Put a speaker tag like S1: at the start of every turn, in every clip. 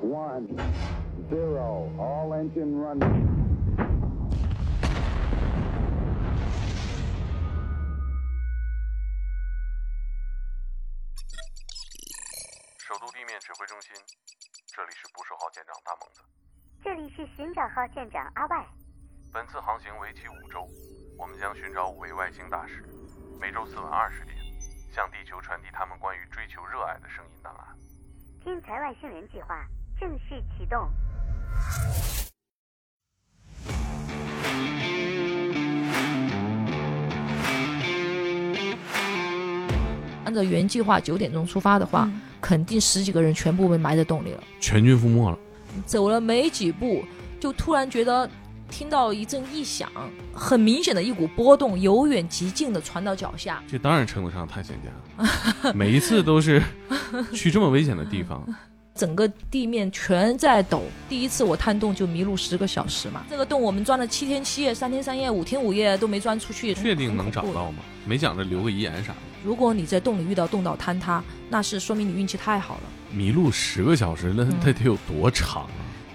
S1: one, zero, all engine run.
S2: 按照原计划九点钟出发的话，肯定十几个人全部被埋在洞里了。
S3: 全军覆没了。
S2: 走了没几步，就突然觉得听到一阵异响，很明显的一股波动由远及近的传到脚下。
S3: 这当然称得上探险家，每一次都是去这么危险的地方，
S2: 整个地面全在抖。第一次我探洞就迷路十个小时嘛，这个洞我们钻了七天七夜、三天三夜、五天五夜都没钻出去，
S3: 确定
S2: 很
S3: 能
S2: 恐
S3: 找
S2: 怖
S3: 到吗？没想着留个遗言啥的。
S2: 如果你在洞里遇到洞岛坍塌，那是说明你运气太好了。
S3: 迷路十个小时，那
S2: 嗯
S3: 那得有多长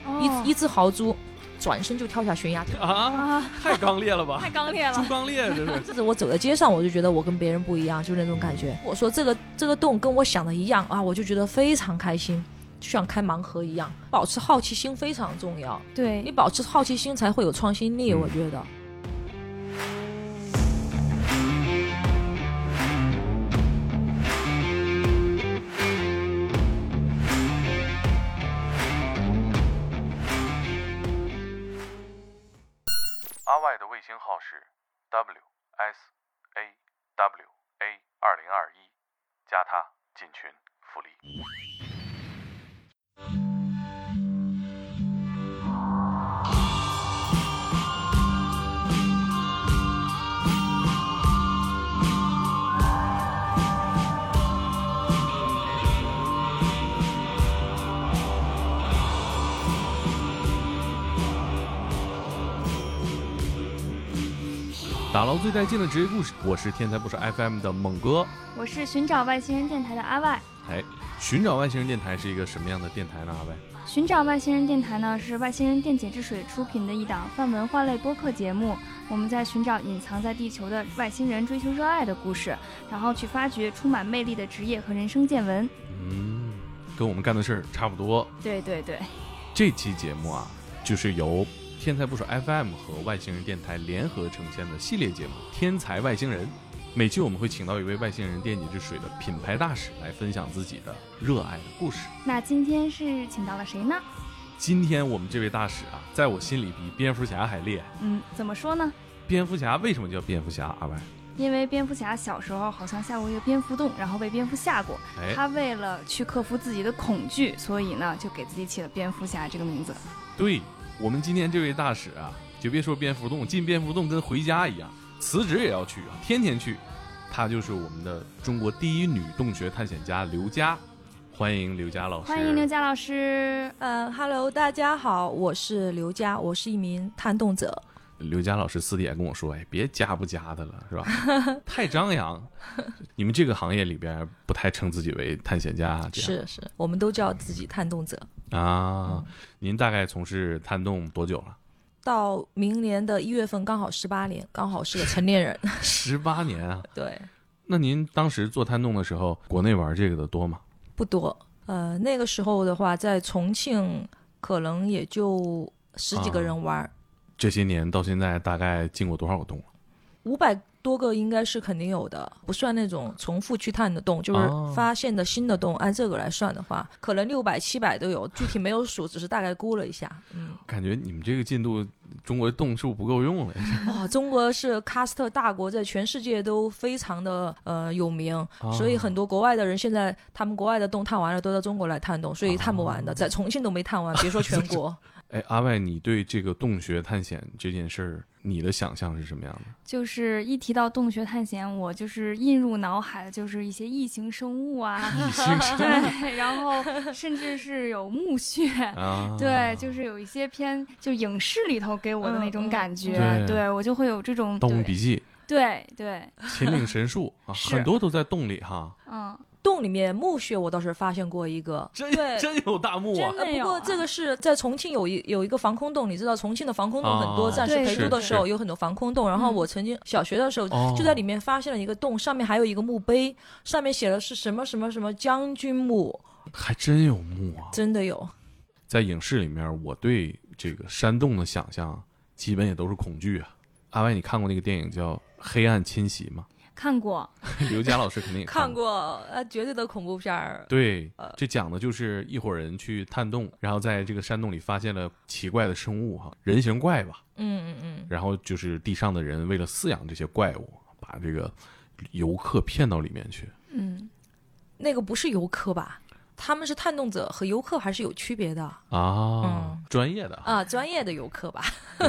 S4: 哦
S2: 一一只豪猪转身就跳下悬崖。
S3: 啊？啊，
S4: 啊，
S3: 太刚烈了吧
S4: 太刚烈了。
S3: 刚烈这是。
S2: 这是我走在街上，我就觉得我跟别人不一样，就是那种感觉。我说这个这个洞跟我想的一样啊，我就觉得非常开心，就像开盲盒一样。保持好奇心非常重要，你
S4: 对，
S2: 保持好奇心才会有创新力，
S3: 嗯
S2: 我觉得。
S5: 阿外的卫星号是 W S A W A 二零二一，加他进群福利。
S3: 打捞最带劲的职业故事，我是天才不是 FM 的猛哥。
S4: 我是寻找外星人电台的阿外。
S3: 哎，寻找外星人电台是一个什么样的电台呢？阿外，
S4: 寻找外星人电台呢，是外星人电解质水出品的一档泛文化类播客节目。我们在寻找隐藏在地球的外星人追求热爱的故事，然后去发掘充满魅力的职业和人生见闻。
S3: 嗯，跟我们干的事儿差不多。
S4: 对对对，
S3: 这期节目啊，就是由天才不说 FM 和外星人电台联合呈现的系列节目《天才外星人》。每期我们会请到一位外星人电解质水的品牌大使来分享自己的热爱的故事。
S4: 那今天是请到了谁呢？
S3: 今天我们这位大使啊，在我心里比蝙蝠侠还厉害。
S4: 嗯，怎么说呢？
S3: 蝙蝠侠为什么叫蝙蝠侠？阿歪，
S4: 因为蝙蝠侠小时候好像下过一个蝙蝠洞，然后被蝙蝠吓过。
S3: 哎，
S4: 他为了去克服自己的恐惧，所以呢，就给自己起了蝙蝠侠这个名字。
S3: 对我们今天这位大使啊，就别说蝙蝠洞，进蝙蝠洞跟回家一样，辞职也要去啊，天天去。她就是我们的中国第一女洞穴探险家刘佳，欢迎刘佳老师。
S4: 欢迎刘佳老师。
S2: 嗯哈喽，大家好，我是刘佳，我是一名探洞者。
S3: 刘佳老师私底下跟我说，哎，别加不加的了，是 吧？太张扬，你们这个行业里边不太称自己为探险家，啊这样
S2: 是是，我们都叫自己探洞者。
S3: 啊？您大概从事探洞多久了？
S2: 到明年的一月份刚好十八年，刚好是个成年人。
S3: 十八年啊！
S2: 对，
S3: 那您当时做探洞的时候，国内玩这个的多吗？
S2: 不多。呃，那个时候的话，在重庆可能也就十几个人玩儿，
S3: 这些年到现在大概进过多少个洞了？
S2: 五百、多个应该是肯定有的，不算那种重复去探的洞，就是
S3: 哦
S2: 发现的新的洞。按这个来算的话，可能六百、七百都有，具体没有数，只是大概估了一下。嗯，
S3: 感觉你们这个进度，中国洞数不够用了。
S2: 哇、哦中国是喀斯特大国，在全世界都非常的呃有名，所以很多国外的人现在他们国外的洞探完了，都到中国来探洞，所以探不完的，在重庆都没探完，别说全国。
S3: 哎，阿外，你对这个洞穴探险这件事儿，你的想象是什么样 的？
S4: 就是一提到洞穴探险，我就是映入脑海的就是一些异形生物 啊，
S3: 异形生
S4: 对，然后甚至是有墓穴，
S3: 啊，
S4: 对，就是有一些偏就影视里头给我的那种感觉，
S3: 嗯嗯
S4: 对我就会有这种
S3: 《盗墓
S4: 对
S3: 笔记》
S4: 对对，
S3: 秦岭神树啊，
S4: 是
S3: 很多都在洞里哈。
S4: 嗯，
S2: 洞里面墓穴我倒是发现过一 个，
S3: 真
S2: 对。
S3: 真有大墓啊
S4: 真！
S2: 呃，
S4: 没
S2: 不
S4: 有
S2: 过
S4: 啊
S2: 这个是在重庆有一有一个防空洞，你知道重庆的防空洞很
S3: 啊
S2: 多，战士
S4: 对
S2: 陪
S4: 是
S2: 都的时候
S3: 是
S2: 有很多防空洞。然后
S4: 嗯
S2: 我曾经小学的时候
S3: 哦
S2: 就在里面发现了一个洞，上面还有一个墓碑，上面写的是什么什么什么将军墓，
S3: 还真有墓啊！
S2: 真的有。
S3: 在影视里面，我对这个山洞的想象，基本也都是恐惧啊。阿歪，你看过那个电影叫《黑暗侵袭》吗？
S4: 看过，
S3: 刘佳老师肯定也
S2: 看
S3: 过。
S2: 过呃绝对的恐怖片儿，
S3: 对
S2: 呃，
S3: 这讲的就是一伙人去探洞，然后在这个山洞里发现了奇怪的生物哈，人形怪吧。
S2: 嗯嗯嗯，
S3: 然后就是地上的人为了饲养这些怪物，把这个游客骗到里面去。
S4: 嗯，
S2: 那个不是游客吧？他们是探洞者和游客还是有区别的
S3: 啊，专业的啊。
S2: 啊，专业的游客吧。
S3: 对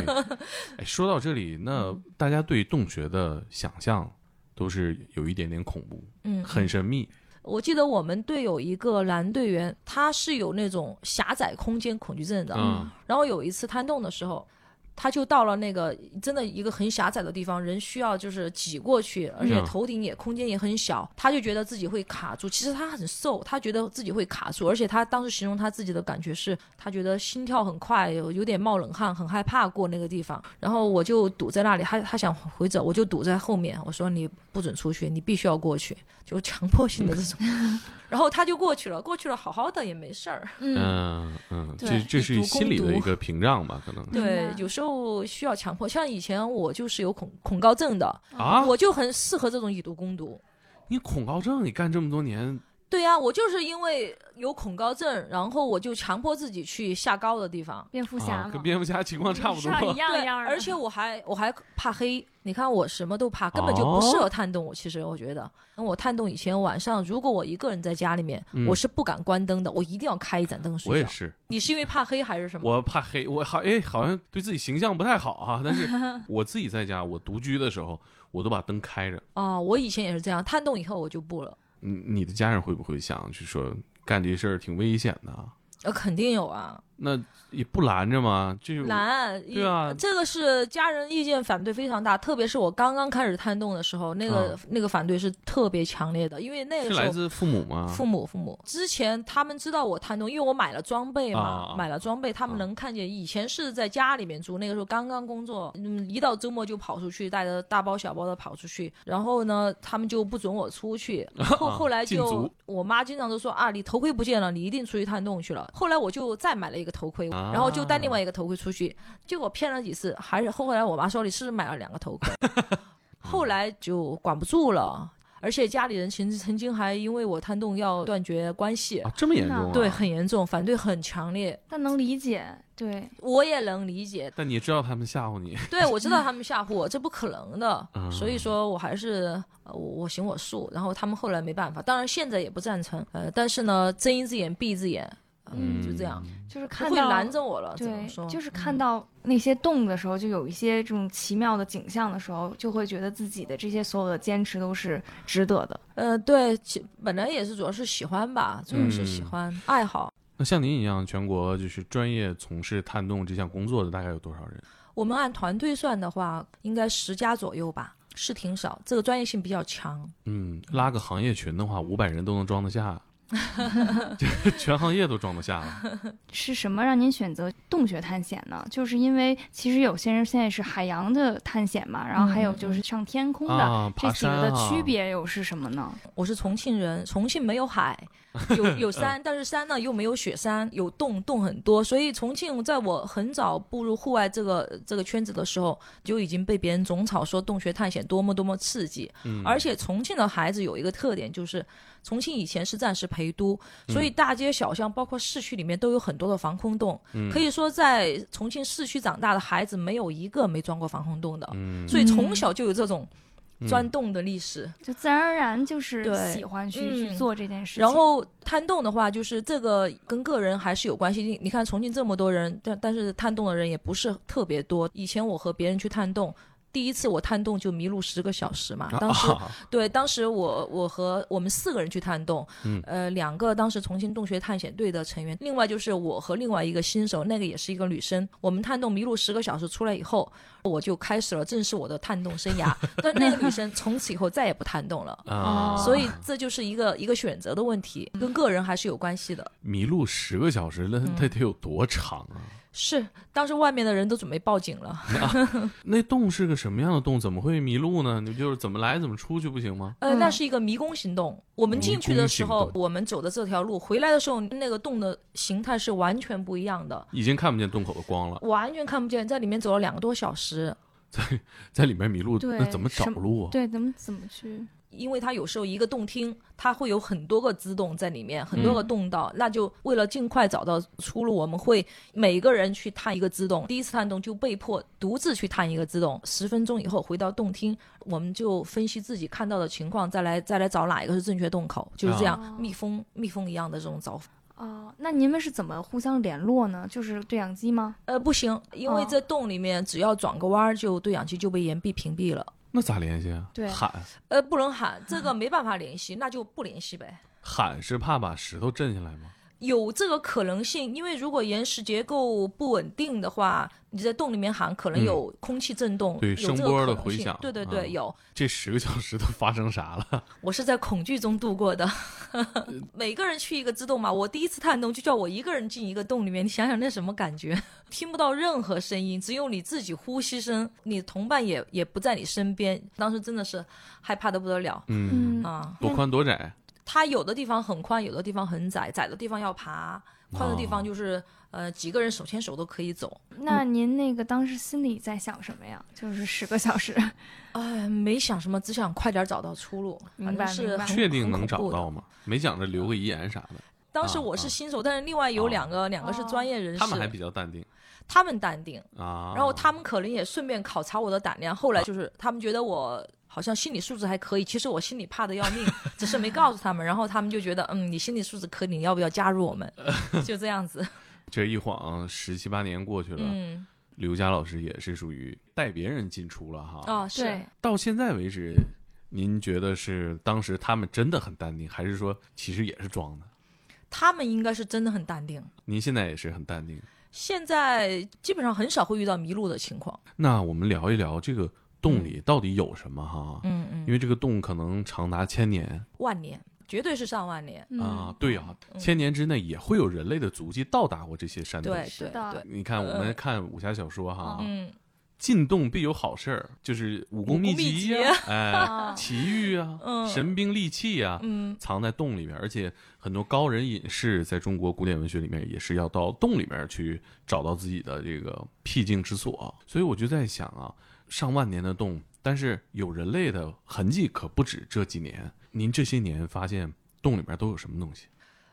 S3: 哎，说到这里，那大家对洞穴的想象都是有一点点恐怖，
S2: 嗯，
S3: 很神秘。
S2: 我记得我们队有一个男队员，他是有那种狭窄空间恐惧症的。
S3: 嗯
S2: 然后有一次探洞的时候，他就到了那个真的一个很狭窄的地方，人需要就是挤过去，而且
S3: 嗯
S2: 头顶也空间也很小，他就觉得自己会卡住。其实他很瘦，他觉得自己会卡住，而且他当时形容他自己的感觉是，他觉得心跳很快，有有点冒冷汗，很害怕过那个地方。然后我就堵在那里，他他想回走，我就堵在后面，我说你不准出去，你必须要过去，就强迫性的这种。 然后他就过去了，过去了好好的也没事儿。
S3: 嗯嗯，
S4: 对
S3: 这这
S2: 以
S3: 是
S2: 毒
S3: 心
S2: 攻
S3: 理的
S2: 毒
S3: 一个屏障吧，可能
S4: 明
S2: 对
S4: 白，
S2: 有时候需要强迫。像以前我就是有恐恐高症的，
S3: 啊。
S2: 我就很适合这种以毒攻毒。
S3: 你恐高症，你干这么多年，
S2: 对呀、我就是因为有恐高症，然后我就强迫自己去下高的地方。
S4: 蝙蝠侠
S3: 啊，
S4: 嘛，
S3: 跟蝙蝠侠情况差不
S4: 上一
S3: 多。
S4: 样
S2: 对，
S4: 一样的，
S2: 而且我还我还怕黑。你看我什么都怕，根本就
S3: 哦
S2: 不适合探洞。我其实我觉得，那我探洞以前晚上，如果我一个人在家里面，
S3: 嗯
S2: 我是不敢关灯的，我一定要开一盏灯
S3: 我
S2: 睡
S3: 也
S2: 觉。
S3: 是，
S2: 你是因为怕黑还是什么？
S3: 我怕黑，我好哎，好像对自己形象不太好啊。 但是我自己在家，我独居的时候，我都把灯开着。
S2: 啊、我以前也是这样，探洞以后我就不了。
S3: 你你的家人会不会想，就说干这事儿挺危险的啊？
S2: 呃，肯定有啊，
S3: 那也不拦着吗？这是我
S2: 难，
S3: 对啊
S2: 这个是家人意见反对非常大，特别是我刚刚开始探洞的时候，那个、
S3: 啊
S2: 那个反对是特别强烈的，因为那
S3: 是
S2: 个时
S3: 来
S2: 候
S3: 自父母吗？
S2: 父母父母之前他们知道我探洞，因为我买了装备嘛，
S3: 啊啊
S2: 买了装备，他
S3: 啊
S2: 们能看见。以前是在家里面住，那个时候刚刚工作，嗯，一到周末就跑出去，带着大包小包的跑出去。然后呢，他们就不准我 出去。后后来
S3: 禁
S2: 就
S3: 足
S2: 我妈经常都说啊，你头盔不见了，你一定出去探洞去了。后来我就再买了一个头盔，
S3: 啊
S2: 然后就戴另外一个头盔出去，结果骗了几次，还是后来我妈说你是不是买了两个头盔？
S3: 嗯
S2: 后来就管不住了。而且家里人曾曾经还因为我贪洞要断绝关系，
S3: 啊，这么严重、啊？
S2: 对，很严重，反对很强烈。
S4: 但能理解，对，
S2: 我也能理解，
S3: 但你知道他们吓唬你，
S2: 对我知道他们吓唬我，这不可能的
S3: 啊，
S2: 所以说我还是呃我我行我素。然后他们后来没办法，当然现在也不赞成，呃，但是呢，睁一只眼闭一只眼，嗯，就这样，
S4: 就是
S2: 不
S4: 看
S2: 会
S4: 到
S2: 拦着我了，怎么
S4: 对
S2: 说？，嗯
S4: 就是看到那些动的时候，就有一些这种奇妙的景象的时候，就会觉得自己的这些所有的坚持都是值得的。
S2: 呃，对，其本来也是主要是喜欢吧，主要是喜
S3: 嗯
S2: 欢爱好。
S3: 那像您一样，全国就是专业从事探洞这项工作的大概有多少人？
S2: 我们按团队算的话，应该十家左右吧，是挺少。这个专业性比较强，
S3: 嗯，拉个行业群的话，五百人都能装得 下，全行业都装得下了。
S4: 是什么让您选择洞穴探险呢？就是因为其实有些人现在是海洋的探险嘛，然后
S2: 嗯
S4: 还有就是上天空的，
S3: 啊爬
S4: 这几个
S3: 山啊
S4: 的区别又是什么呢？
S2: 我是重庆人，重庆没有海， 有
S3: 嗯
S2: 有山，但是山呢又没有雪山，有洞，洞很多，所以重庆在我很早步入户外这个这个圈子的时候，就已经被别人总吵说洞穴探险多么多么刺激。
S3: 嗯，
S2: 而且重庆的孩子有一个特点，就是重庆以前是战时陪都，所以
S3: 嗯
S2: 大街小巷包括市区里面都有很多的防空洞。
S3: 嗯
S2: 可以说，在重庆市区长大的孩子没有一个没钻过防空洞的，
S3: 嗯
S2: 所以从小就有这种
S3: 嗯
S2: 钻洞的历史。
S4: 就自然而然就是
S2: 对
S4: 喜欢去、
S2: 嗯
S4: 去做这件事情。
S2: 然后探洞的话，就是这个跟个人还是有关系。你你看重庆这么多人，但但是探洞的人也不是特别多。以前我和别人去探洞。第一次我探洞就迷路十个小时嘛，当时、
S3: 啊
S2: 对，当时我我和我们四个人去探洞，
S3: 嗯
S2: 呃，两个当时重庆洞穴探险队的成员，另外就是我和另外一个新手，那个也是一个女生。我们探洞迷路十个小时出来以后，我就开始了正式我的探洞生涯。但那个女生从此以后再也不探洞了。
S3: 啊，
S2: 所以这就是一个一个选择的问题，跟个人还是有关系的。
S3: 迷路十个小时，那
S2: 嗯
S3: 那得有多长啊？
S2: 是，当时外面的人都准备报警了。
S3: 那洞是个什么样的洞？怎么会迷路呢？你就是怎么来怎么出去不行吗？
S2: 呃，
S4: 嗯
S2: 那是一个迷宫行动。我们进去的时
S3: 迷
S2: 候
S3: 宫行，
S2: 我们走的这条路，回来的时候，那个洞的形态是完全不一样的，
S3: 已经看不见洞口的光了，
S2: 完全看不见。在里面走了两个多小时，
S3: 在里面迷路，
S4: 对
S3: 那怎么找
S4: 什么
S3: 路啊？
S4: 对，咱们怎么去？
S2: 因为它有时候一个洞厅，它会有很多个支洞在里面，很多个洞道。那就为了尽快找到出路，我们会每个人去探一个支洞。第一次探洞就被迫独自去探一个支洞，十分钟以后回到洞厅，我们就分析自己看到的情况，再来再来找哪一个是正确洞口，就是这样，
S4: 哦
S2: 蜜蜂蜜蜂一样的这种找法。
S4: 哦，那你们是怎么互相联络呢？就是对讲机吗？
S2: 呃，不行，因为
S4: 哦
S2: 这洞里面只要转个弯儿，就对讲机就被岩壁屏蔽了。
S3: 那咋联系啊？
S4: 对
S3: 喊
S2: 呃，不能喊，这个没办法联系，那就不联系呗。
S3: 喊是怕把石头震下来吗？
S2: 有这个可能性，因为如果岩石结构不稳定的话，你在洞里面喊，可能
S3: 嗯
S2: 有空气震动，
S3: 对
S2: 有这个
S3: 声波
S2: 可
S3: 的
S2: 能
S3: 回
S2: 性
S3: 响
S2: 对对对，
S3: 啊
S2: 有。
S3: 这十个小时都发生啥了？
S2: 我是在恐惧中度过的， 每个人去一个支洞嘛。我第一次探洞就叫我一个人进一个洞里面，你想想那什么感觉？ 听不到任何声音，只有你自己呼吸声，你同伴也也不在你身边。当时真的是害怕的不得了
S3: 嗯，
S2: 啊！
S3: 多宽多窄？
S2: 它有的地方很宽，有的地方很窄，窄的地方要爬，宽的地
S3: 哦
S2: 方就是、呃几个人手牵手都可以走。
S4: 那您那个当时心里在想什么呀？就是十个小 时，
S2: 哎，没想什么，只想快点找到出路。
S4: 明白
S2: 反正是
S4: 明白
S2: 很
S3: 确定能找。
S2: 很恐怖的
S3: 到吗？没想着留个遗言啥的，
S2: 当时
S3: 啊
S2: 我
S3: 啊
S2: 是新手，但是另外有两个、两个嗯是
S4: 哦
S2: 专业人士，
S3: 他们还比较淡定
S2: 他们淡定。
S3: 啊。
S2: 然后他们可能也顺便考察我的胆量。后来就是他们觉得我好像心理素质还可以，其实我心里怕的要命，只是没告诉他们。然后他们就觉得，嗯，你心理素质可以，你要不要加入 我们？就这样子。
S3: 这一晃十七八年过去了，
S2: 嗯，
S3: 刘佳老师也是属于带别人进出了哈。
S2: 啊，是
S4: 对。
S3: 到现在为止，您觉得是当时他们真的很淡定，还是说其实也是装的？
S2: 他们应该是真的很淡定。
S3: 您现在也是很淡定。
S2: 现在基本上很少会遇到迷路的情况。
S3: 那我们聊一聊这个洞里到底有什么哈？
S2: 嗯嗯，
S3: 因为这个洞可能长达千年
S2: 万年绝对是上万年。
S4: 嗯
S3: 啊，对啊，
S2: 嗯
S3: 千年之内也会有人类的足迹到达过这些山洞。
S2: 对
S4: 是
S2: 对
S4: 的
S2: 对，
S3: 你看，我们看武侠小说哈，
S2: 嗯，
S3: 进洞必有好事儿，就是武
S2: 武
S3: 功
S2: 功
S3: 秘
S2: 秘
S3: 籍呀、哎，奇遇啊，
S2: 嗯
S3: 神兵利器呀、藏在洞里边儿。而且很多高人隐士在中国古典文学里面也是要到洞里面去找到自己的这个僻静之所。所以我就在想啊，上万年的洞，但是有人类的痕迹可不止这几年。您这些年发现洞里面都有什么东西？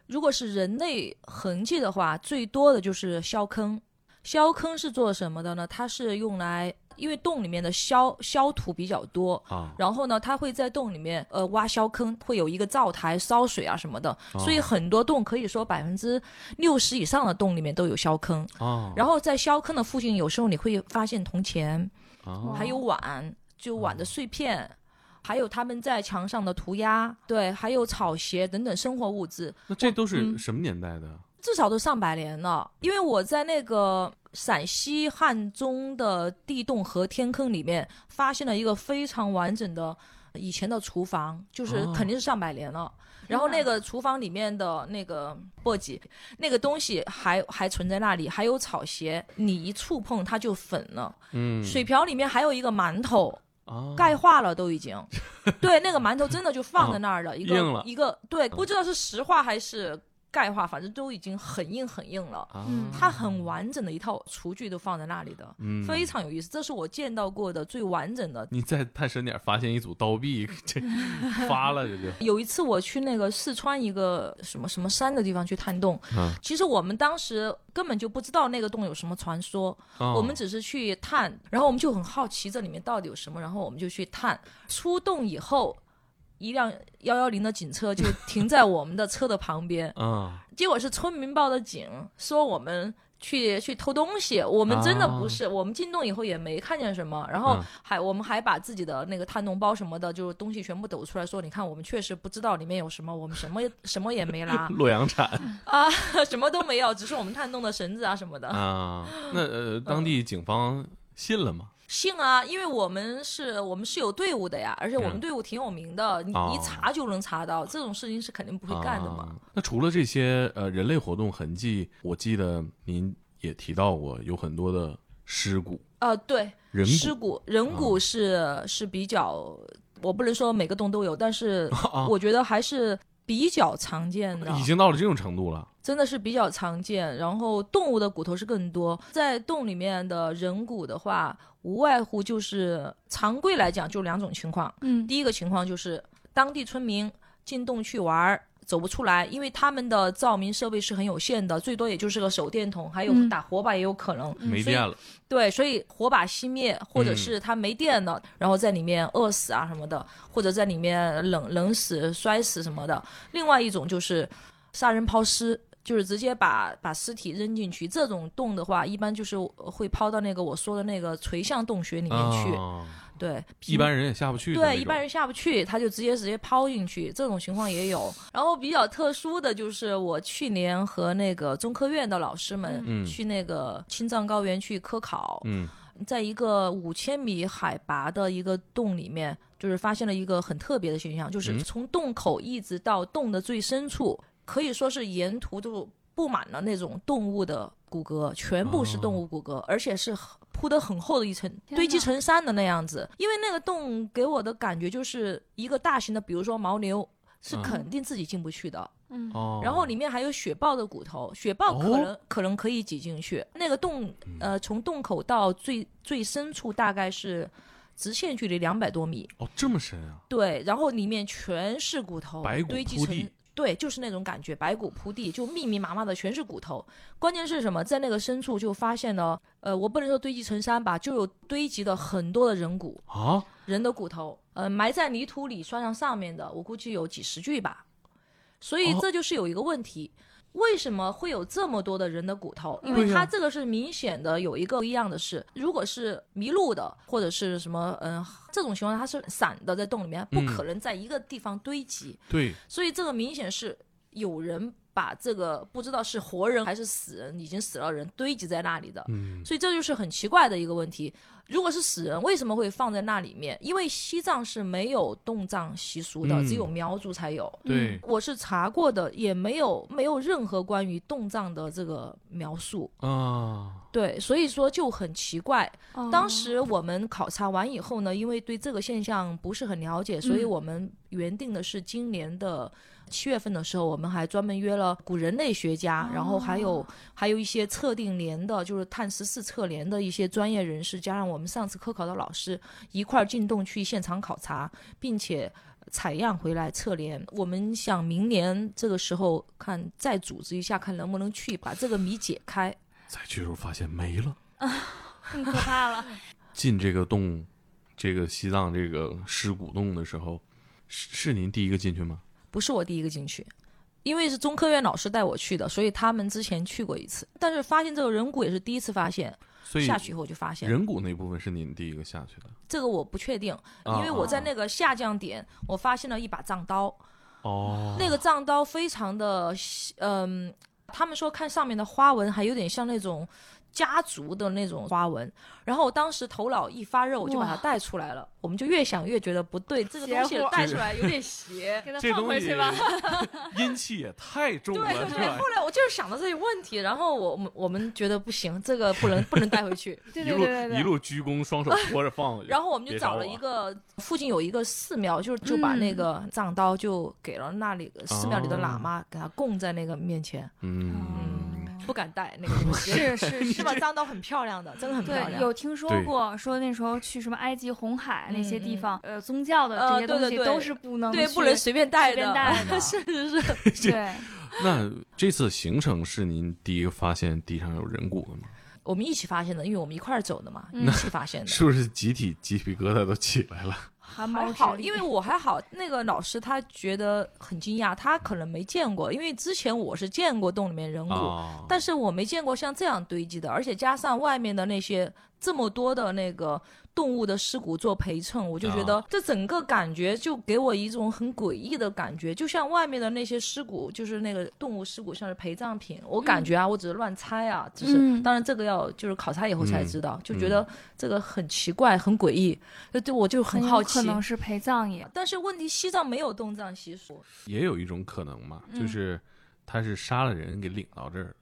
S2: 如果是人类痕迹的话，最多的就是削坑。削坑是做什么的呢？它是用来，因为洞里面的削削土比较多。
S3: 啊，
S2: 然后呢，它会在洞里面，呃，挖削坑，会有一个灶台烧水啊什么的，所以很多洞可以说百分之六十以上的洞里面都有削坑。
S3: 啊，
S2: 然后在削坑的附近，有时候你会发现铜钱，
S3: 啊
S2: 还有碗，就碗的碎片，还有他们在墙上的涂鸦，对，还有草鞋等等生活物资，
S3: 那这都
S2: 嗯
S3: 是什么年代的？
S2: 至少都上百年了。因为我在那个陕西汉中的地洞和天坑里面，发现了一个非常完整的。以前的厨房就是
S3: 哦
S2: 肯定是上百年了，然后那个厨房里面的那个簸箕，那个东西还还存在那里，还有草鞋，你一触碰它就粉了。
S3: 嗯
S2: 水瓢里面还有一个馒头，
S3: 啊，
S2: 钙化了都 已经。对，那个馒头真的就放在那儿了，一
S3: 嗯硬了嗯
S2: 个一个，对，不知道是石化还是钙化，反正都已经很硬很硬了。
S3: 啊
S4: 嗯
S2: 它很完整的一套厨具都放在那里的，
S3: 嗯
S2: 非常有意思。这是我见到过的最完整的。
S3: 你再探深点儿，发现一组刀币， 这发了这就。
S2: 有一次我去那个四川一个什么什么山的地方去探洞，
S3: 嗯
S2: 其实我们当时根本就不知道那个洞有什么传说，
S3: 哦
S2: 我们只是去探，然后我们就很好奇这里面到底有什么，然后我们就去探。出洞以后，一辆幺幺零的警车就停在我们的车的旁边，
S3: 啊
S2: 结果是村民报的警，说我们去去偷东西，我们真的
S3: 啊
S2: 不是，我们进洞以后也没看见什么，然后
S3: 嗯
S2: 还、我们还把自己的那个探洞包什么的，就是东西全部抖出来说，你看我们确实不知道里面有什么，我们什么什么也没拿
S3: 嗯洛阳铲
S2: 啊， 什么都没有，只是我们探洞的绳子啊嗯什么的。
S3: 啊，那 呃，当地警方信了吗？
S2: 信啊，因为我们是我们是有队伍的呀，而且我
S3: 嗯
S2: 们队伍挺有名的，你
S3: 哦
S2: 一查就能查到，这种事情是肯定不会干的嘛。
S3: 啊。那除了这些呃人类活动痕迹，我记得您也提到过有很多的尸骨、
S2: 啊、对，
S3: 哦人
S2: 尸
S3: 骨哦
S2: 骨人骨是、是比较，我不能说每个洞都有，但是我觉得还是比较常见的，
S3: 哦已经到了这种程度了。
S2: 真的是比较常见。然后动物的骨头是更多，在洞里面的人骨的话，无外乎就是常规来讲就两种情况，
S4: 嗯，
S2: 第一个情况就是当地村民进洞去玩儿。走不出来，因为他们的照明设备是很有限的，最多也就是个手电筒，还有
S4: 嗯
S2: 打火把也有可能。
S3: 没
S2: 嗯所以
S3: 电了，
S2: 对，所以火把熄灭，或者
S3: 嗯
S2: 是他没电了，然后在里面饿死啊什么的，或者在里面冷冷死、摔死什么的。另外一种就是杀人抛尸，就是直接把把尸体扔进去。这种洞的话，一般就是会抛到那个我说的那个垂向洞穴里面去。
S3: 啊
S2: 对，
S3: 一般人也下不去的那种。
S2: 对，一般人下不去，他就直接直接抛进去，这种情况也有。然后比较特殊的就是，我去年和那个中科院的老师们、
S3: 嗯
S2: 去那个青藏高原去科考，
S3: 嗯
S2: 在一个五千米海拔的一个洞里面，就是发现了一个很特别的现象，就是
S3: 嗯
S2: 从洞口一直到洞的最深处，可以说是沿途都布满了那种动物的骨骼，全部是动物骨
S3: 哦
S2: 骼，而且是很铺得很厚的一层，
S4: 哪
S2: 堆积成山的那样子。因为那个洞给我的感觉就是一个大型的，比如说牦牛。是
S3: 嗯
S2: 肯定自己进不去的，
S4: 嗯，
S3: 哦，
S2: 然后里面还有雪豹的骨头，雪豹可
S3: 哦嗯
S2: 能、可能可以挤进去。那个洞，呃，从洞口到最最深处大概是直线距离两百多米。
S3: 哦这么深啊，
S2: 对，然后里面全是骨头，
S3: 白骨
S2: 堆积
S3: 铺
S2: 成
S3: 地。
S2: 对，就是那种感觉，白骨铺地，就密密麻麻的全是骨头。关键是什么？在那个深处就发现了，呃，我不能说堆积成山吧，就有堆积的很多的人骨，
S3: 啊，
S2: 人的骨头，呃，埋在泥土里，刷上上面的，我估计有几十具吧。所以
S3: 哦
S2: 这就是有一个问题，为什么会有这么多的人的骨头？因
S3: 对
S2: 为
S3: 呀
S2: 它这个是明显的有一个不一样的是，如果是迷路的或者是什么，嗯、这种情况它是散的在洞里面，不
S3: 嗯
S2: 可能在一个地方堆积，
S3: 对，
S2: 所以这个明显是有人把这个不知道是活人还是死人，已经死了人堆积在那里的。
S3: 嗯
S2: 所以这就是很奇怪的一个问题。如果是死人，为什么会放在那里面？因为西藏是没有动葬习俗的，
S3: 嗯
S2: 只有苗族才有。
S3: 对，
S2: 我是查过的，也没有没有任何关于动葬的这个描述。嗯
S3: 啊，
S2: 对，所以说就很奇怪。
S4: 哦
S2: 当时我们考察完以后呢，因为对这个现象不是很了解，所以
S4: 嗯
S2: 我们原定的是今年的七月份的时候，我们还专门约了古人类学家，然后还
S4: 哦
S2: 有还有一些测定联的，就是碳十四测联的一些专业人士，加上我们上次科考的老师一块儿进洞去现场考察，并且。采样回来测联，我们想明年这个时候看再组织一下，看能不能去把这个谜解开。
S3: 再去的时候发现没了。
S2: 啊
S4: 更可怕了，
S3: 进这个洞，这个西藏这个尸骨洞的时候，是是您第一个进去吗？
S2: 不是我第一个进去，因为是中科院老师带我去的，所以他们之前去过一次，但是发现这个人骨也是第一次发现，
S3: 所以
S2: 下去以后就发现了
S3: 人骨那部分是您第一个下去的
S2: 这个我不确定，
S3: 啊
S2: 因为我在那个下降点，我发现了一把藏刀，
S3: 哦
S2: 那个藏刀非常的，嗯，他们说看上面的花纹还有点像那种家族的那种花纹，然后我当时头脑一发热，我就把它
S4: 哇
S2: 带出来了，我们就越想越觉得不对，这个东西
S4: 邪乎
S2: 带出来有点 邪。
S4: 给它放回去吧。
S3: 阴气也太重
S2: 对对对，后来我就是想到这些问题，然后我们我们觉得不行，这个不能不能带回去，
S4: 对
S3: 一
S4: 对对对
S3: 路
S4: 对，
S3: 一路鞠躬，双手托着放回去。
S2: 然后我们就
S3: 别找
S2: 找
S3: 我
S2: 了一个附近有一个寺庙，就是就把
S4: 嗯
S2: 那个藏刀就给了那里寺庙里的
S4: 哦
S2: 喇嘛，给他供在那个面前，
S3: 嗯，
S2: 不敢带那个东西，
S4: 是是
S2: 是吧？藏刀很漂亮的，真的很漂
S4: 对，
S2: 亮。
S4: 有听说
S3: 对
S4: 过，说那时候去什么埃及红海那些
S2: 嗯
S4: 地
S2: 嗯
S4: 方，呃，宗教的这
S2: 呃对
S4: 些东
S2: 对
S4: 西
S2: 对
S4: 都是不能
S2: 对，不
S4: 去
S2: 能随便带
S4: 随便
S2: 的，
S4: 带 的
S2: 是是是。
S4: 对，
S3: 那这次行程是您第一个发现地上有人骨的吗？
S2: 我们一起发现的，因为我们一块儿走的嘛，
S4: 嗯
S2: 一起发现的。
S3: 是不是集体鸡皮疙瘩都起来了？
S4: 汗
S2: 还
S4: 毛直
S2: 好，
S4: 立，
S2: 因为我还好。那个老师他觉得很惊讶，他可能没见过，因为之前我是见过洞里面人骨，
S3: 啊，
S2: 但是我没见过像这样堆积的，而且加上外面的那些这么多的那个动物的尸骨做陪衬，我就觉得
S3: 啊
S2: 这整个感觉就给我一种很诡异的感觉，就像外面的那些尸骨，就是那个动物尸骨像是陪葬品。我感觉啊，
S3: 嗯
S2: 我只是乱猜啊，只是、
S4: 嗯
S2: 当然这个要就是考察以后才
S3: 嗯
S2: 知道，就觉得这个很奇怪，很诡异，就就我就很
S4: 有
S2: 好奇
S4: 可。能是陪 葬也。
S2: 但是问题，西藏没有动葬习俗，
S3: 也有一种可能嘛，
S4: 嗯
S3: 就是他是杀了人给领到这儿，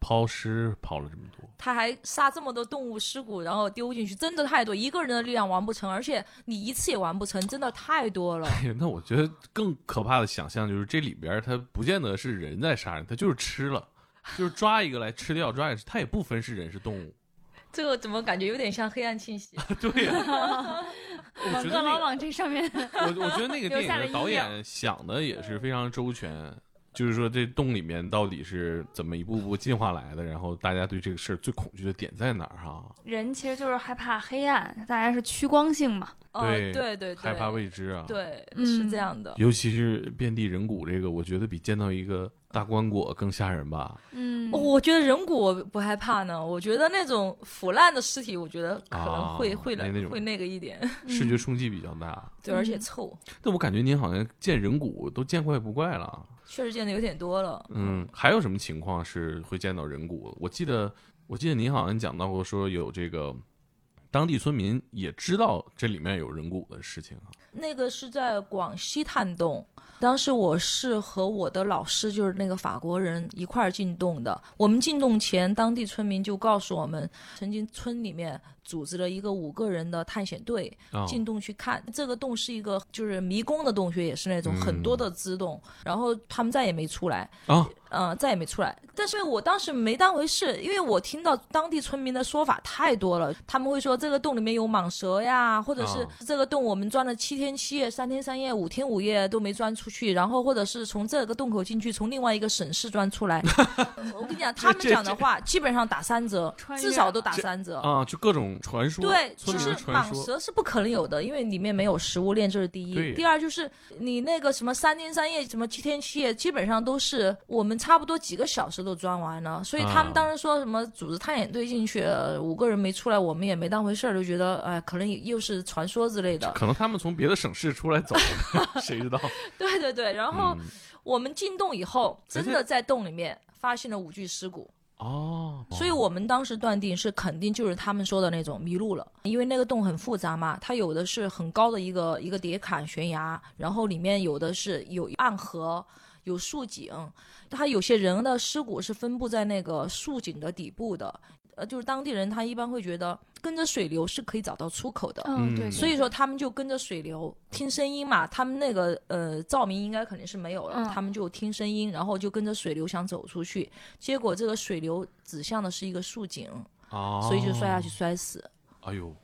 S3: 抛尸抛了这么多，
S2: 他还杀这么多动物尸骨，然后丢进去，真的太多，一个人的力量完不成，而且你一次也完不成，真的太多了。
S3: 哎呀，那我觉得更可怕的想象就是这里边儿它不见得是人在杀人，它就是吃 了，就是抓一个来吃掉，抓一个吃，它也不分是人是动 物。
S2: 这个怎么感觉有点像黑暗信息？
S3: 对呀、 我
S4: 广
S3: 觉得
S4: 告老
S3: 那个，
S4: 往这上面，
S3: 我我觉得那个电
S4: 留下
S3: 影
S4: 了
S3: 的导
S4: 阴
S3: 演想的也是非常周全。就是说，这洞里面到底是怎么一步步进化来的？然后大家对这个事儿最恐惧的点在哪儿哈、
S4: 人其实就是害怕黑暗，大家是趋光性嘛。
S2: 哦，
S3: 对
S2: 对对对，
S3: 害怕未知啊。，
S2: 对，
S4: 嗯
S2: 是这样的。
S3: 尤其是遍地人骨这个，我觉得比见到一个大棺椁更吓人吧。
S4: 嗯
S2: 哦我觉得人骨我不害怕呢，我觉得那种腐烂的尸体，我觉得可能会、
S3: 啊
S2: 会来
S3: 那那种
S2: 会那个一点，
S3: 视觉冲击比较大。
S2: 对，而且臭，
S3: 但我感觉您好像见人骨都见怪不怪了。
S2: 确实见的有点多了。
S3: 嗯，还有什么情况是会见到人骨？我记得，我记得您好像讲到过，说有这个当地村民也知道这里面有人骨的事情啊。
S2: 那个是在广西探洞，当时我是和我的老师，就是那个法国人一块儿进洞的。我们进洞前，当地村民就告诉我们，曾经村里面组织了一个五个人的探险队，
S3: 啊、
S2: 进洞去看。这个洞是一个就是迷宫的洞穴，也是那种很多的支洞，然后他们再也没出来。
S3: 啊，
S2: 呃，再也没出来。但是我当时没当回事，因为我听到当地村民的说法太多了，他们会说这个洞里面有蟒蛇呀，或者是
S3: 啊
S2: 这个洞我们钻了七天七夜、三天三夜、五天五夜都没钻出去，然后或者是从这个洞口进去，从另外一个省市钻出来。我跟你讲，他们
S3: 这
S2: 讲的话基本上打三折
S4: 穿，越
S2: 至少都打三折。
S3: 啊，就各种传说，
S2: 对，
S3: 村
S2: 其
S3: 民
S2: 实
S3: 的传
S2: 蟒
S3: 说，
S2: 蛇是不可能有的，因为里面没有食物链，这是第
S3: 对
S2: 一。第二就是你那个什么三天三夜，什么七天七夜，基本上都是我们差不多几个小时都钻完了，所以他
S3: 啊
S2: 们当时说什么组织探险队进去、呃五个人没出来，我们也没当回事儿，就觉得哎、可能也又是传说之 类的。
S3: 可能他们从别的省市出来 走了，谁知道？
S2: 对对对，然后
S3: 嗯
S2: 我们进洞以后，真
S3: 而
S2: 的在洞里面发现了五具尸骨。
S3: 哦，
S2: 所以我们当时断定是肯定就是他们说的那种迷路了，因为那个洞很复杂嘛，它有的是很高的一个一个叠坎悬崖，然后里面有的是有暗河。有树井，它有些人的尸骨是分布在那个树井的底部的，呃，就是当地人他一般会觉得跟着水流是可以找到出口的，
S3: 嗯
S4: 嗯，对，
S2: 所以说他们就跟着水流听声音嘛，他们那个呃照明应该肯定是没有了，
S4: 嗯
S2: 他们就听声音，然后就跟着水流想走出去，结果这个水流指向的是一个树井，
S3: 哦，
S2: 所以就摔下去。摔死。
S3: 哎呦，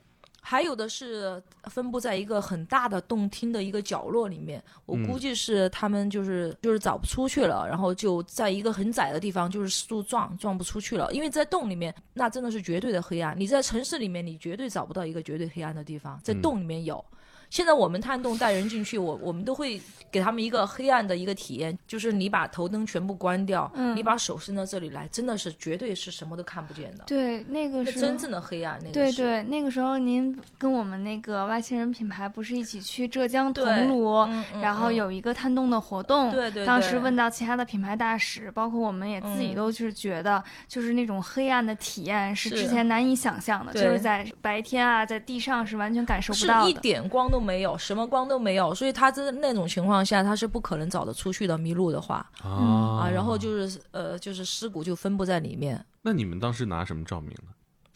S2: 还有的是分布在一个很大的洞厅的一个角落里面，我估计是他们就是、就是找不出去了，然后就在一个很窄的地方就是速撞撞不出去了，因为在洞里面那真的是绝对的黑暗，你在城市里面你绝对找不到一个绝对黑暗的地方，在洞里面有。现在我们探洞带人进去，我我们都会给他们一个黑暗的一个体验，就是你把头灯全部关掉，
S4: 嗯
S2: 你把手伸到这里来，真的是绝对是什么都看不见的，
S4: 对那个
S2: 那
S4: 时
S2: 真
S4: 候，
S2: 正的黑暗，那个
S4: 对
S2: 是
S4: 对，那个时候您跟我们那个外星人品牌不是一起去浙江
S2: 对
S4: 桐庐，
S2: 嗯嗯
S4: 然后
S2: 嗯
S4: 有一个探洞的活动。
S2: 对对，
S4: 当
S2: 对
S4: 时问到其他的品牌大使，包括我们也自己
S2: 嗯
S4: 都是觉得，就是那种黑暗的体验是之
S2: 是
S4: 前难以想象的，就
S2: 对
S4: 是在白天啊，在地上是完全感受不
S2: 是
S4: 到
S2: 一
S4: 的。
S2: 点光都没有，什么光都没有，所以他在那种情况下，他是不可能找得出去的。迷路的话
S3: 啊
S2: 啊，然后就是呃，就是尸骨就分布在里面。
S3: 那你们当时拿什么照明呢？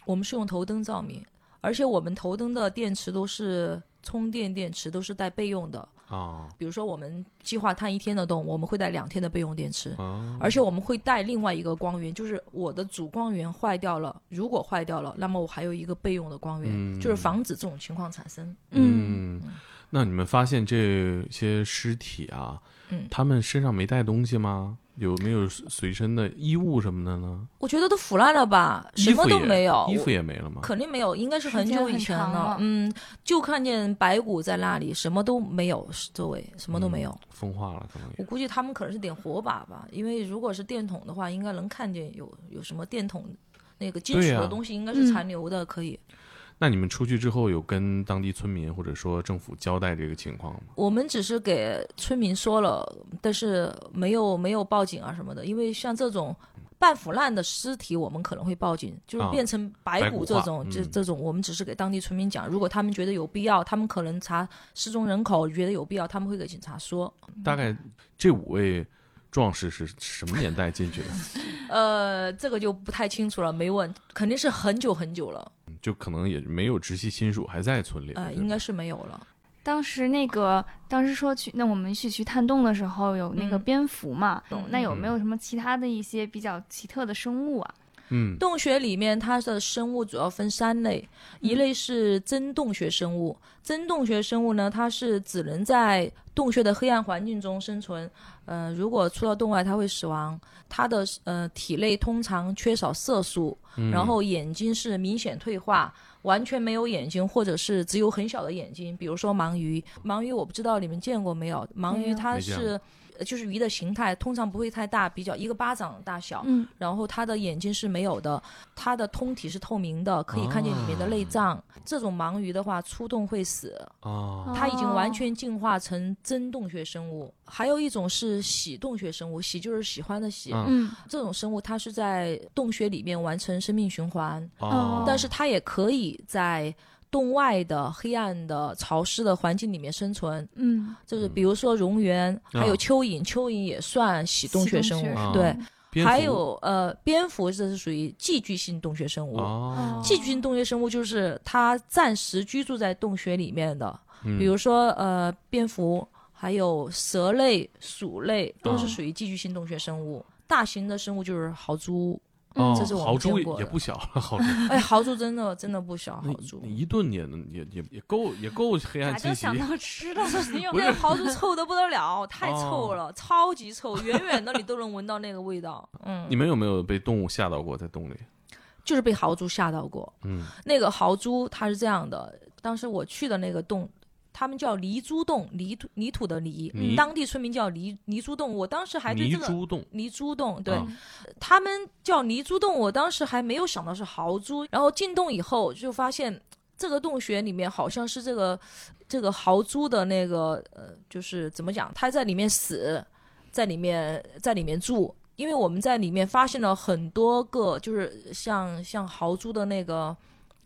S2: 我们是用头灯照明，而且我们头灯的电池都是充电电池，都是带备用的。
S3: 啊
S2: 比如说我们计划探一天的洞，我们会带两天的备用电池。
S3: 啊，
S2: 而且我们会带另外一个光源，就是我的主光源坏掉了，如果坏掉了，那么我还有一个备用的光源，就是
S3: 嗯
S2: 防止这种情况产生。
S4: 嗯，
S3: 嗯，那你们发现这些尸体啊，
S2: 嗯
S3: 他们身上没带东西吗？有没有随身的衣物什么的呢？
S2: 我觉得都腐烂了吧，什么
S3: 衣服
S2: 都
S3: 也
S2: 没有，
S3: 衣服也没了吗？
S2: 肯定没有，应该是
S4: 时
S2: 很
S4: 间
S2: 久以
S4: 很
S2: 前
S4: 长了
S2: 嗯，就看见白骨在那里，什么都没有，周围什么都没有。
S3: 嗯风化了，可能也
S2: 我估计他们可能是点火把吧，因为如果是电筒的话，应该能看见有有什么电筒那个金
S3: 对
S2: 属
S3: 呀
S2: 的东西，应该
S4: 嗯
S2: 是残留的，可以。
S3: 那你们出去之后有跟当地村民或者说政府交代这个情况吗？
S2: 我们只是给村民说了，但是没有没有报警啊什么的，因为像这种半腐烂的尸体，我们可能会报警，就是
S3: 啊
S2: 变成白
S3: 白骨
S2: 骨
S3: 化
S2: 这种，这
S3: 嗯
S2: 这种我们只是给当地村民讲，如果他们觉得有必要，他们可能查失踪人口，觉得有必要，他们会给警察说。
S3: 大概
S2: 嗯
S3: 这五位壮士是什么年代进去的？
S2: 呃，这个就不太清楚了，没问，肯定是很久很久了，
S3: 就可能也没有直系亲属还在村里了，
S2: 呃，
S3: 对吧
S2: 应该是没有了。
S4: 当时那个，当时说去，那我们去去探洞的时候有那个
S2: 嗯
S4: 蝙蝠嘛，
S2: 嗯
S4: 那有没有什么其他的一些比较奇特的生物啊？
S3: 嗯，
S2: 洞穴里面它的生物主要分三类，一类是真洞穴生物，真洞穴生物呢，它是只能在洞穴的黑暗环境中生存，呃，如果出到洞外，它会死亡。它的呃体内通常缺少色素，
S3: 嗯
S2: 然后眼睛是明显退化。完全没有眼睛，或者是只有很小的眼睛，比如说盲鱼。盲鱼我不知道你们见过没有？盲
S4: 没
S2: 鱼
S4: 有
S2: 它
S3: 没见
S2: 是，呃就是鱼的形态通常不会太大，比较一个巴掌大小。
S4: 嗯，
S2: 然后它的眼睛是没有的，它的通体是透明的，可以看见里面
S3: 哦
S2: 的内脏。这种盲鱼的话，出洞会死，
S3: 啊，
S2: 它已经完
S4: 哦
S2: 全进化成真洞穴生物。还有一种是喜洞穴生物，喜就是喜欢的喜，
S3: 嗯
S4: 嗯，
S2: 这种生物它是在洞穴里面完成生命循环，
S3: 哦
S2: 但是它也可以在。洞外的黑暗的潮湿的环境里面生存，
S4: 嗯，
S2: 就是比如说蝾螈，还有
S3: 啊
S2: 蚯蚓，蚯蚓也算喜洞穴生物，
S3: 啊
S2: 对，
S3: 蝙蝠
S2: 还有呃，蝙蝠这是属于寄居性洞穴生物。
S3: 哦，
S2: 寄居性洞穴生物就是它暂时居住在洞穴里面的，
S3: 嗯
S2: 比如说呃，蝙蝠，还有蛇类、鼠类都
S3: 哦
S2: 是属于寄居性洞穴生物。大型的生物就是 豪猪，
S3: 哦
S2: 嗯这是我们
S3: 豪猪
S2: 见过
S3: 也
S2: 的
S3: 不小 了，豪猪
S2: 哎，豪猪真的真的不小，
S3: 那
S2: 豪猪。
S3: 一顿也能也也也够也够黑暗
S4: 咋
S3: 侵
S4: 就
S3: 袭
S4: 想到吃的了？没有
S3: 不
S2: 那
S3: 是
S2: 个豪猪臭的不得了，太
S3: 哦
S2: 臭了，超级臭，远远的你都能闻到那个味道。嗯，
S3: 你们有没有被动物吓到过在洞里？
S2: 就是被豪猪吓到过。
S3: 嗯，
S2: 那个豪猪它是这样的，当时我去的那个洞，他们叫泥猪洞，泥土泥土的泥，
S3: 泥
S2: 当地村民叫泥泥猪洞。我当时还对
S3: 泥
S2: 这个
S3: 猪洞，
S2: 泥猪洞，对、
S3: 啊
S2: 他们叫泥猪洞，我当时还没有想到是豪猪。然后进洞以后就发现。这个洞穴里面好像是这个，这个豪猪的那个呃，就是怎么讲，它在里面死，在里面在里面住，因为我们在里面发现了很多个，就是像像豪猪的那个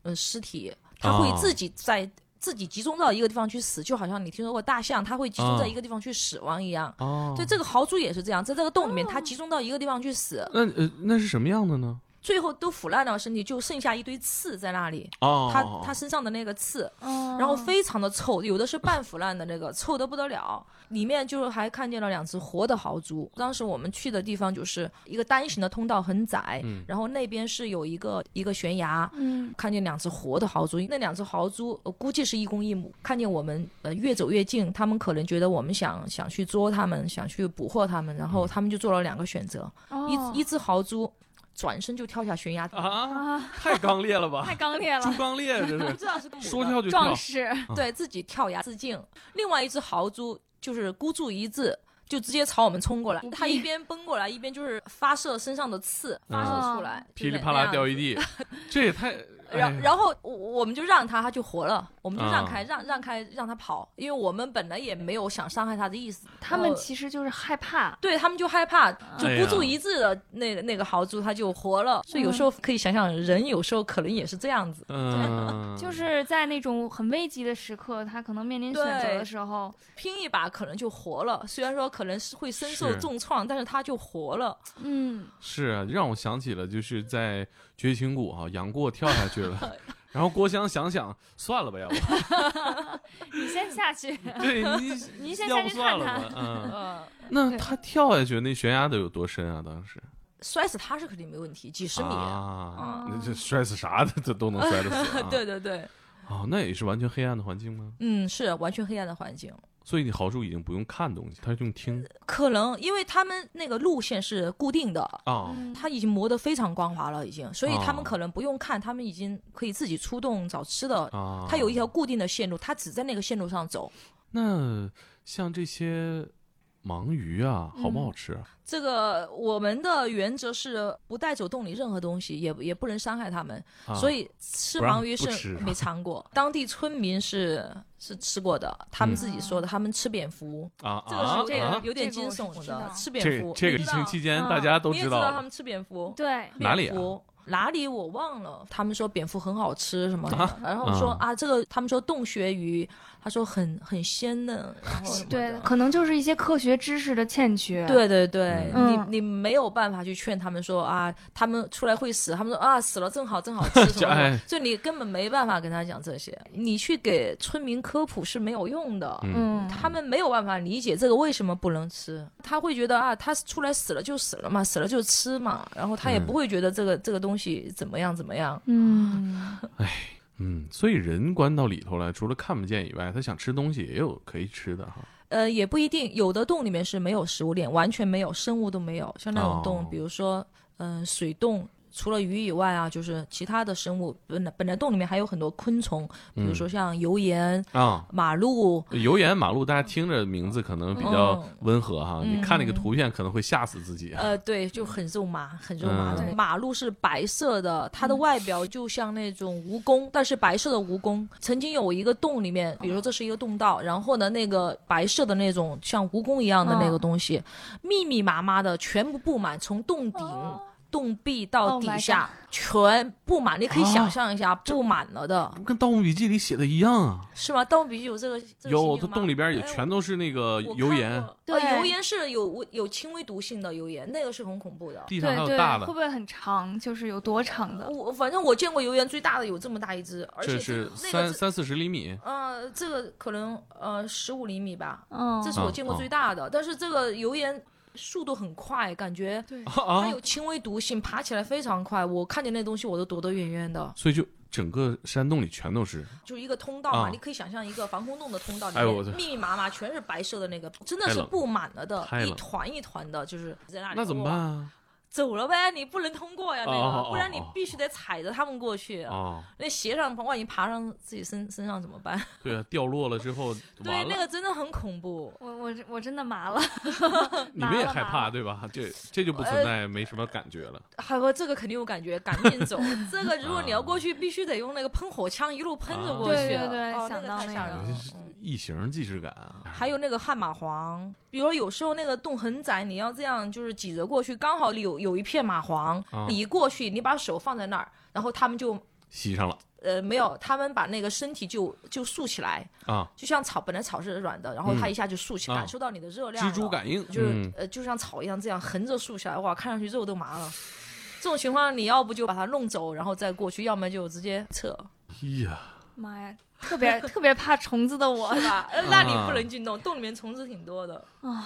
S2: 呃尸体，它会
S3: 哦
S2: 自己在、自己集中到一个地方去死，就好像你听说过大象，它会集中在
S3: 哦
S2: 一个地方去死亡一样。
S3: 哦
S2: 对，这个豪猪也是这样，在这个洞里面，它集中到一个地方去死，
S3: 那呃那是什么样的呢？
S2: 最后都腐烂到身体，就剩下一堆刺在那里。
S3: 哦，
S2: 它它身上的那个刺，
S4: 嗯
S2: 然后非常的臭，有的是半腐烂的那个，臭的不得了。里面就是还看见了两只活的豪猪。当时我们去的地方就是一个单行的通道，很窄，
S3: 嗯
S2: 然后那边是有一个一个悬崖，
S4: 嗯，
S2: 看见两只活的豪猪，那两只豪猪、呃估计是一公一母，看见我们呃越走越近，他们可能觉得我们想想去捉他们，想去捕获他们，然
S3: 嗯
S2: 后他们就做了两个选择，
S4: 哦
S2: 一一只豪猪转身就跳下悬崖，
S3: 啊，
S4: 啊，
S3: 太刚烈了吧
S4: 太，刚烈
S3: 猪
S4: 了，
S3: 刚烈这
S2: 不
S3: 是，
S2: 知道是个母的
S3: 说跳就跳
S4: 壮，士，
S2: 对自己跳崖自尽。另外一只豪猪就是孤注一掷，就直接朝我们冲过来
S4: 不，必
S2: 它一边奔过来，一边就是发射身上的刺，发射出
S4: 哦
S2: 来，
S3: 嗯噼里啪啦掉一地， 这也太，
S2: 然
S3: 哎
S2: 然后我我们就让他，他就活了，我们就让
S3: 啊
S2: 开，让让开，让他跑，因为我们本来也没有想伤害他的意思。
S4: 他
S2: 然
S4: 们
S2: 后
S4: 其实就是害怕，
S2: 对他们就害怕，就
S3: 哎
S2: 孤
S3: 呀
S2: 注一掷的那个那个豪猪，他就活了。所以有时候可以想想，人有时候可能也是这样子。
S3: 嗯，
S4: 就是在那种很危急的时刻，他可能面临选择的
S2: 对
S4: 时候，
S2: 拼一把可能就活了，虽然说可能是会身受
S3: 是
S2: 重创，但是他就活了。
S4: 嗯，
S3: 是啊，让我想起了就是在绝情谷哈、杨过跳下去 了。然后郭襄想想，算了吧，要不
S4: 你先下去，
S3: 对 你，
S4: 您先
S3: 要
S4: 下
S3: 不
S4: 去
S3: 算
S4: 看
S3: 了
S4: 看
S3: 吧，嗯。
S2: 呃，
S3: 那
S4: 对
S3: 他跳下去那悬崖得有多深啊？当时
S2: 摔死他是肯定没问题，几十
S3: 啊
S2: 米。啊，
S3: 那这摔死啥的，这都能摔得死、啊
S2: 。对对对，
S3: 哦，那也是完全黑暗的环境吗？
S2: 嗯，是完全黑暗的环境。
S3: 所以你豪叔已经不用看东西，他用听
S2: 可能因为他们那个路线是固定的，
S3: 啊。
S4: 嗯
S2: 它已经磨得非常光滑了，已经，所以他们
S3: 哦
S2: 可能不用看，他们已经可以自己出动找吃的。
S3: 啊，
S2: 它有一条固定的线路，它只在那个线路上走。
S3: 那像这些盲鱼啊，好
S2: 嗯
S3: 不好吃啊？
S2: 这个我们的原则是不带走洞里任何东西，也也不能伤害他们，
S3: 啊
S2: 所以吃
S3: 不让
S2: 盲鱼
S3: 不
S2: 是
S3: 吃
S2: 没尝过。当地村民是是吃过的，他们自己说的，他们吃蝙蝠，
S3: 啊
S2: 这个是
S3: 啊
S2: 这个
S3: 啊！
S2: 有点
S4: 嗯这个
S2: 惊
S4: 我是
S2: 悚
S4: 知道
S2: 的，吃
S3: 这
S2: 蝙蝠。
S3: 这个
S2: 你
S3: 疫
S2: 知
S3: 情
S2: 道
S3: 期间
S4: 嗯
S3: 大家都
S2: 你也知道他
S3: 道
S2: 们吃蝙蝠，
S4: 对，
S3: 哪里啊
S2: 蝙蝠哪里我忘了，他们说蝙蝠很好吃什么的，然后说
S3: 啊
S2: 啊这个他们说洞穴鱼，他说很很鲜嫩，然后什么
S4: 对
S2: 的，
S4: 可能就是一些科学知识的欠缺。，
S2: 哦对对对，
S4: 嗯
S2: 你你没有办法去劝他们说啊，他们出来会死，他们说啊死了正好正好吃什么
S3: 哎
S2: 的，就你根本没办法跟他讲这些，你去给村民科普是没有用的。
S4: 嗯，
S2: 他们没有办法理解这个为什么不能吃，他会觉得啊，他出来死了就死了嘛，死了就吃嘛，然后他也
S3: 嗯
S2: 不会觉得这个、这个东西怎么样怎么样。
S4: 嗯，
S3: 嗯，所以人关到里头来，除了看不见以外，他想吃东西也有可以吃的哈。
S2: 呃，也不一定，有的洞里面是没有食物链，完全没有生物都没有。像那种洞，
S3: 哦
S2: 比如说，嗯、水洞除了鱼以外啊，就是其他的生物。本来本来洞里面还有很多昆虫，比如说像油盐、
S3: 啊，
S2: 马鹭，
S3: 油盐马路，大家听着名字可能比较
S2: 嗯
S3: 温和哈，你看那个图片可能会吓死自己。啊
S2: 呃，对，就很肉麻，很肉麻的。
S4: 嗯
S2: 马鹭是白色的，它的外表就像那种蜈蚣，但是白色的蜈蚣。曾经有一个洞里面，比如说这是一个洞道，然后呢，那个白色的那种像蜈蚣一样的那个
S4: 嗯
S2: 东西，密密麻麻的全部布满，从洞顶。洞壁到
S4: 哦 Oh my
S2: 底下、全布满，你可以
S3: 哦
S2: 想象一下，布满了的
S3: 跟《盗墓笔记》里写的一样啊，
S2: 是吗？《盗墓笔记》有这个这个
S3: 有
S2: 情
S3: 它
S2: 景吗
S3: 洞里边也
S2: 哎
S3: 全都是那个
S2: 我
S3: 油
S2: 看
S3: 盐，
S2: 过
S4: 对
S2: 呃油盐是有有轻微毒性的油盐，那个是很恐怖的。
S3: 地上
S4: 对
S3: 还有
S4: 对
S3: 大，
S4: 会不
S3: 的，
S4: 会很长？就是有多长的？
S2: 我反正我见过油盐最大的有这么大一只，而且
S3: 这是
S2: 那个
S3: 三三四十厘 米
S2: 呃，这个可能呃十五厘米吧，
S4: 嗯，
S2: 这是
S3: 啊
S2: 我见过最大的。但是这个油盐速度很快，感觉
S4: 对
S3: 啊
S2: 它
S3: 啊
S2: 有，轻微毒性，爬起来非常快。我看见那东西我都躲得远远的，
S3: 所以就整个山洞里全都是。
S2: 就是一个通道嘛，
S3: 啊
S2: 你可以想象一个防空洞的通道里
S3: 哎呦我的
S2: 面密密麻麻全是白色的那个，真的
S3: 太
S2: 是
S3: 冷了
S2: 布满了的
S3: 太，冷
S2: 一
S3: 了
S2: 团一团的，就是在那里。
S3: 那怎么办
S2: 哇？
S3: 啊？
S2: 走了呗，你不能通过呀，那
S3: 哦哦
S2: 个，
S3: 哦
S2: 不然你
S3: 哦
S2: 必须得踩着他们过去。
S3: 哦，
S2: 那鞋上，万一爬上自己身身上怎么办？
S3: 对啊，掉落了之后
S2: 对，
S3: 完
S2: 那
S3: 了，
S2: 个真的很恐怖。
S4: 我我我真的麻了，
S3: 你们也害
S4: 麻
S3: 怕对吧？这这就不存在没什么感觉了。
S2: 还有这个肯定有感觉，赶紧走。这个如果你要过去，必须得用那个喷火枪一路喷着过去。
S4: 对对对
S2: 哦
S4: 想到
S2: 那个太
S4: 那
S2: 吓
S4: 个
S2: 人了
S4: 嗯。
S2: 嗯
S3: 异形既视感啊，
S2: 还有那个悍马黄，比如有时候那个洞很窄，你要这样就是挤着过去，刚好有有一片蚂蟥
S3: 啊，
S2: 你一过去，你把手放在那儿，然后他们就
S3: 吸上了
S2: 呃没有，他们把那个身体就就竖起来，
S3: 啊，
S2: 就像草本来草是软的，然后它一下就竖起，
S3: 啊
S2: 感受到你的热量了，
S3: 蜘蛛感应
S2: 就是、
S3: 嗯
S2: 呃，就像草一样这样横着竖起来，哇，看上去肉都麻了。这种情况，你要不就把它弄走，然后再过去，要么就直接撤，
S3: 哎呀，
S4: 妈呀，特别 特别怕虫子的我，
S2: 对吧？ 呃那你
S3: 啊
S2: 不能进洞，洞里面虫子挺多的。
S4: 啊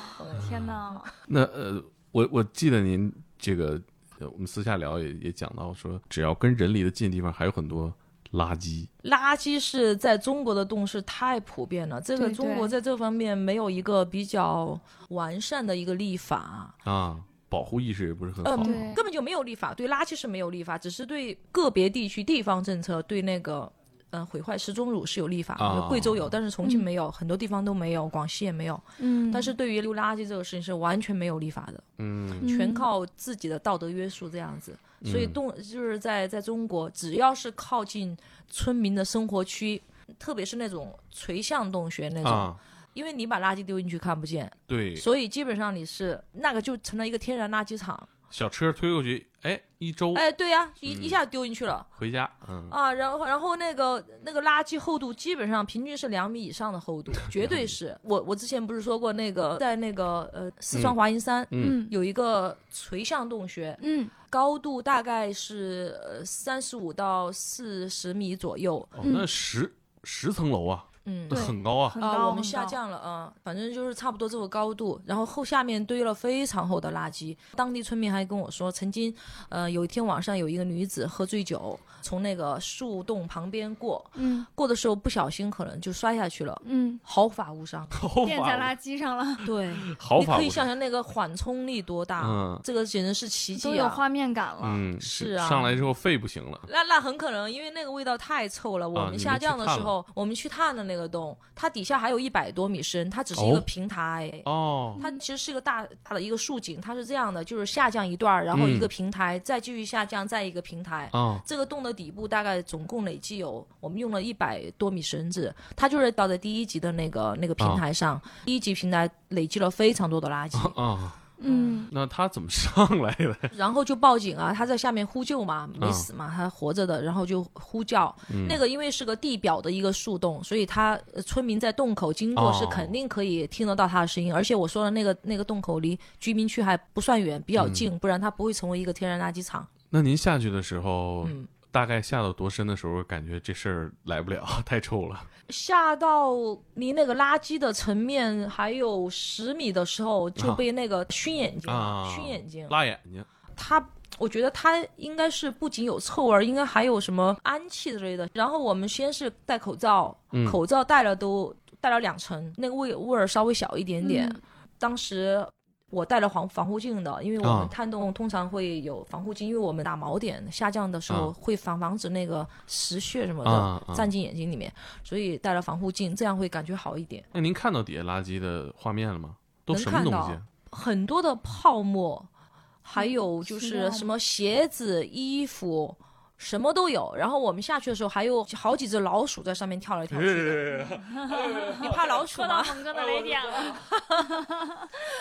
S4: 天哪！
S3: 那呃，我我记得您这个，呃我们私下聊也也讲到说，只要跟人离得近的地方，还有很多垃圾。
S2: 垃圾是在中国的洞是太普遍了，这个
S4: 对
S2: 中国在这方面没有一个比较完善的一个立法，
S3: 啊，保护意识也不是很好。
S2: 嗯
S4: 对
S2: 根本就没有立法，对垃圾是没有立法，只是对个别地区地方政策对那个。嗯，毁坏食中乳是有立法，
S3: 啊
S2: 贵州有，但是重庆
S4: 嗯
S2: 没有，很多地方都没有，广西也没有。
S4: 嗯
S2: 但是对于丢垃圾这个事情是完全没有立法的，
S3: 嗯
S2: 全靠自己的道德约束这样子。所以动就是在在中国，只要是靠近村民的生活区，特别是那种垂向洞穴那种，
S3: 啊，
S2: 因为你把垃圾丢进去看不见，
S3: 对，
S2: 所以基本上你是那个就成了一个天然垃圾场。
S3: 小车推过去，哎，一周
S2: 哎，对呀、一
S3: 嗯
S2: 一下丢进去了。
S3: 回家，嗯，
S2: 啊，然后然后那个那个垃圾厚度基本上平均是两米以上的厚度，绝对是我我之前不是说过那个在那个呃四川
S3: 嗯
S2: 华阴山，
S4: 嗯
S2: 有一个垂向洞穴，
S4: 嗯
S2: 高度大概是呃三十五到四十米左右。
S3: 哦，那十十层楼啊，
S2: 嗯
S3: 那
S4: 对
S3: 很高啊。
S4: 很
S2: 啊、
S4: 高
S2: 我们
S4: 很
S2: 下
S4: 高
S2: 降了啊、反正就是差不多这个高度，然后后下面堆了非常厚的垃圾。当地村民还跟我说，曾经，呃，有一天晚上有一个女子喝醉酒，从那个树洞旁边过，
S4: 嗯
S2: 过的时候不小心可能就摔下去了，
S4: 嗯，
S2: 毫发无 伤。
S3: 毫
S4: 垫
S3: 发
S4: 在垃圾上了，
S2: 对，
S3: 毫
S2: 你
S3: 发
S2: 可
S3: 无
S2: 以想
S3: 伤。
S2: 象那个缓冲力多大，
S3: 嗯
S2: 这个简直是奇迹
S4: 都有
S2: 啊！
S4: 画面感了。
S3: 嗯，
S2: 是
S3: 就
S2: 啊
S3: 上来之后肺不行了，
S2: 那那很可能，因为那个味道太臭了。我
S3: 啊你们
S2: 们下降的
S3: 去探
S2: 时候，我们去探的那个洞，它底下还有一百多米深，它只是一个
S3: 哦
S2: 平台。
S3: 哦，
S2: 它其实是一个大大的一个竖井，它是这样的，就是下降一段儿，然后
S3: 嗯
S2: 一个平台，再继续下降，再一个平台。
S3: 哦，
S2: 这个洞的底部大概总共累计有，我们用了一百多米绳子，它就是倒在第一级的那个那个平台上，第一级平台累积了非常多的垃圾，
S3: 啊、
S4: 嗯，
S3: 那他怎么上来的？
S2: 然后就报警啊，他在下面呼救嘛，没
S3: 嗯
S2: 死嘛，他活着的，然后就呼叫。那个因为是个地表的一个树洞，所以他呃村民在洞口经过是
S3: 哦
S2: 肯定可以听得到他的声音，而且我说的那个那个洞口离居民区还不算远，比较近，不然它不会成为一个天然垃圾场。
S3: 那您下去的时候，
S2: 嗯
S3: 大概下到多深的时候，感觉这事儿来不了，太臭了。
S2: 下到离那个垃圾的层面还有十米的时候，就
S3: 啊
S2: 被那个熏眼睛了，
S3: 啊，
S2: 熏眼睛，
S3: 辣眼睛，
S2: 它，我觉得它应该是不仅有臭味儿，应该还有什么氨气之类的。然后我们先是戴口罩，
S3: 嗯
S2: 口罩戴了都戴了两层，那个味味儿稍微小一点点。
S4: 嗯
S2: 当时。我戴了防防护镜的，因为我
S3: 啊
S2: 们探洞通常会有防护镜，因为我们打锚点下降的时候
S3: 啊
S2: 会防防止那个石屑什么
S3: 啊啊
S2: 的散进眼睛里面，所以戴了防护镜，这样会感觉好一点。
S3: 那您看到底下垃圾的画面了吗？都
S2: 能
S3: 什么
S2: 看
S3: 东
S2: 到
S3: 西？
S2: 很多的泡沫，嗯还有就
S4: 塑
S2: 是
S4: 料吗
S2: 什么鞋子、衣服，什么都有。然后我们下去的时候，还有好几只老鼠在上面跳来跳去的。嗯你怕老鼠
S4: 说到
S2: 吗？
S4: 猛哥的雷点了，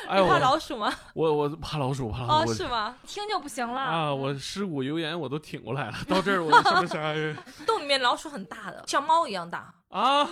S3: 哎
S2: 你
S3: 呦，
S2: 怕
S3: 我
S2: 老 鼠吗？
S3: 我我怕老鼠，怕
S2: 哦，
S3: 老鼠
S2: 是。吗？嗯
S4: 听就不行
S3: 我
S4: 了。
S3: 啊！我尸骨油盐我都挺过来了，到这儿我是不是 哎
S2: 洞里面老鼠很大的，像猫一样 大，
S3: 啊？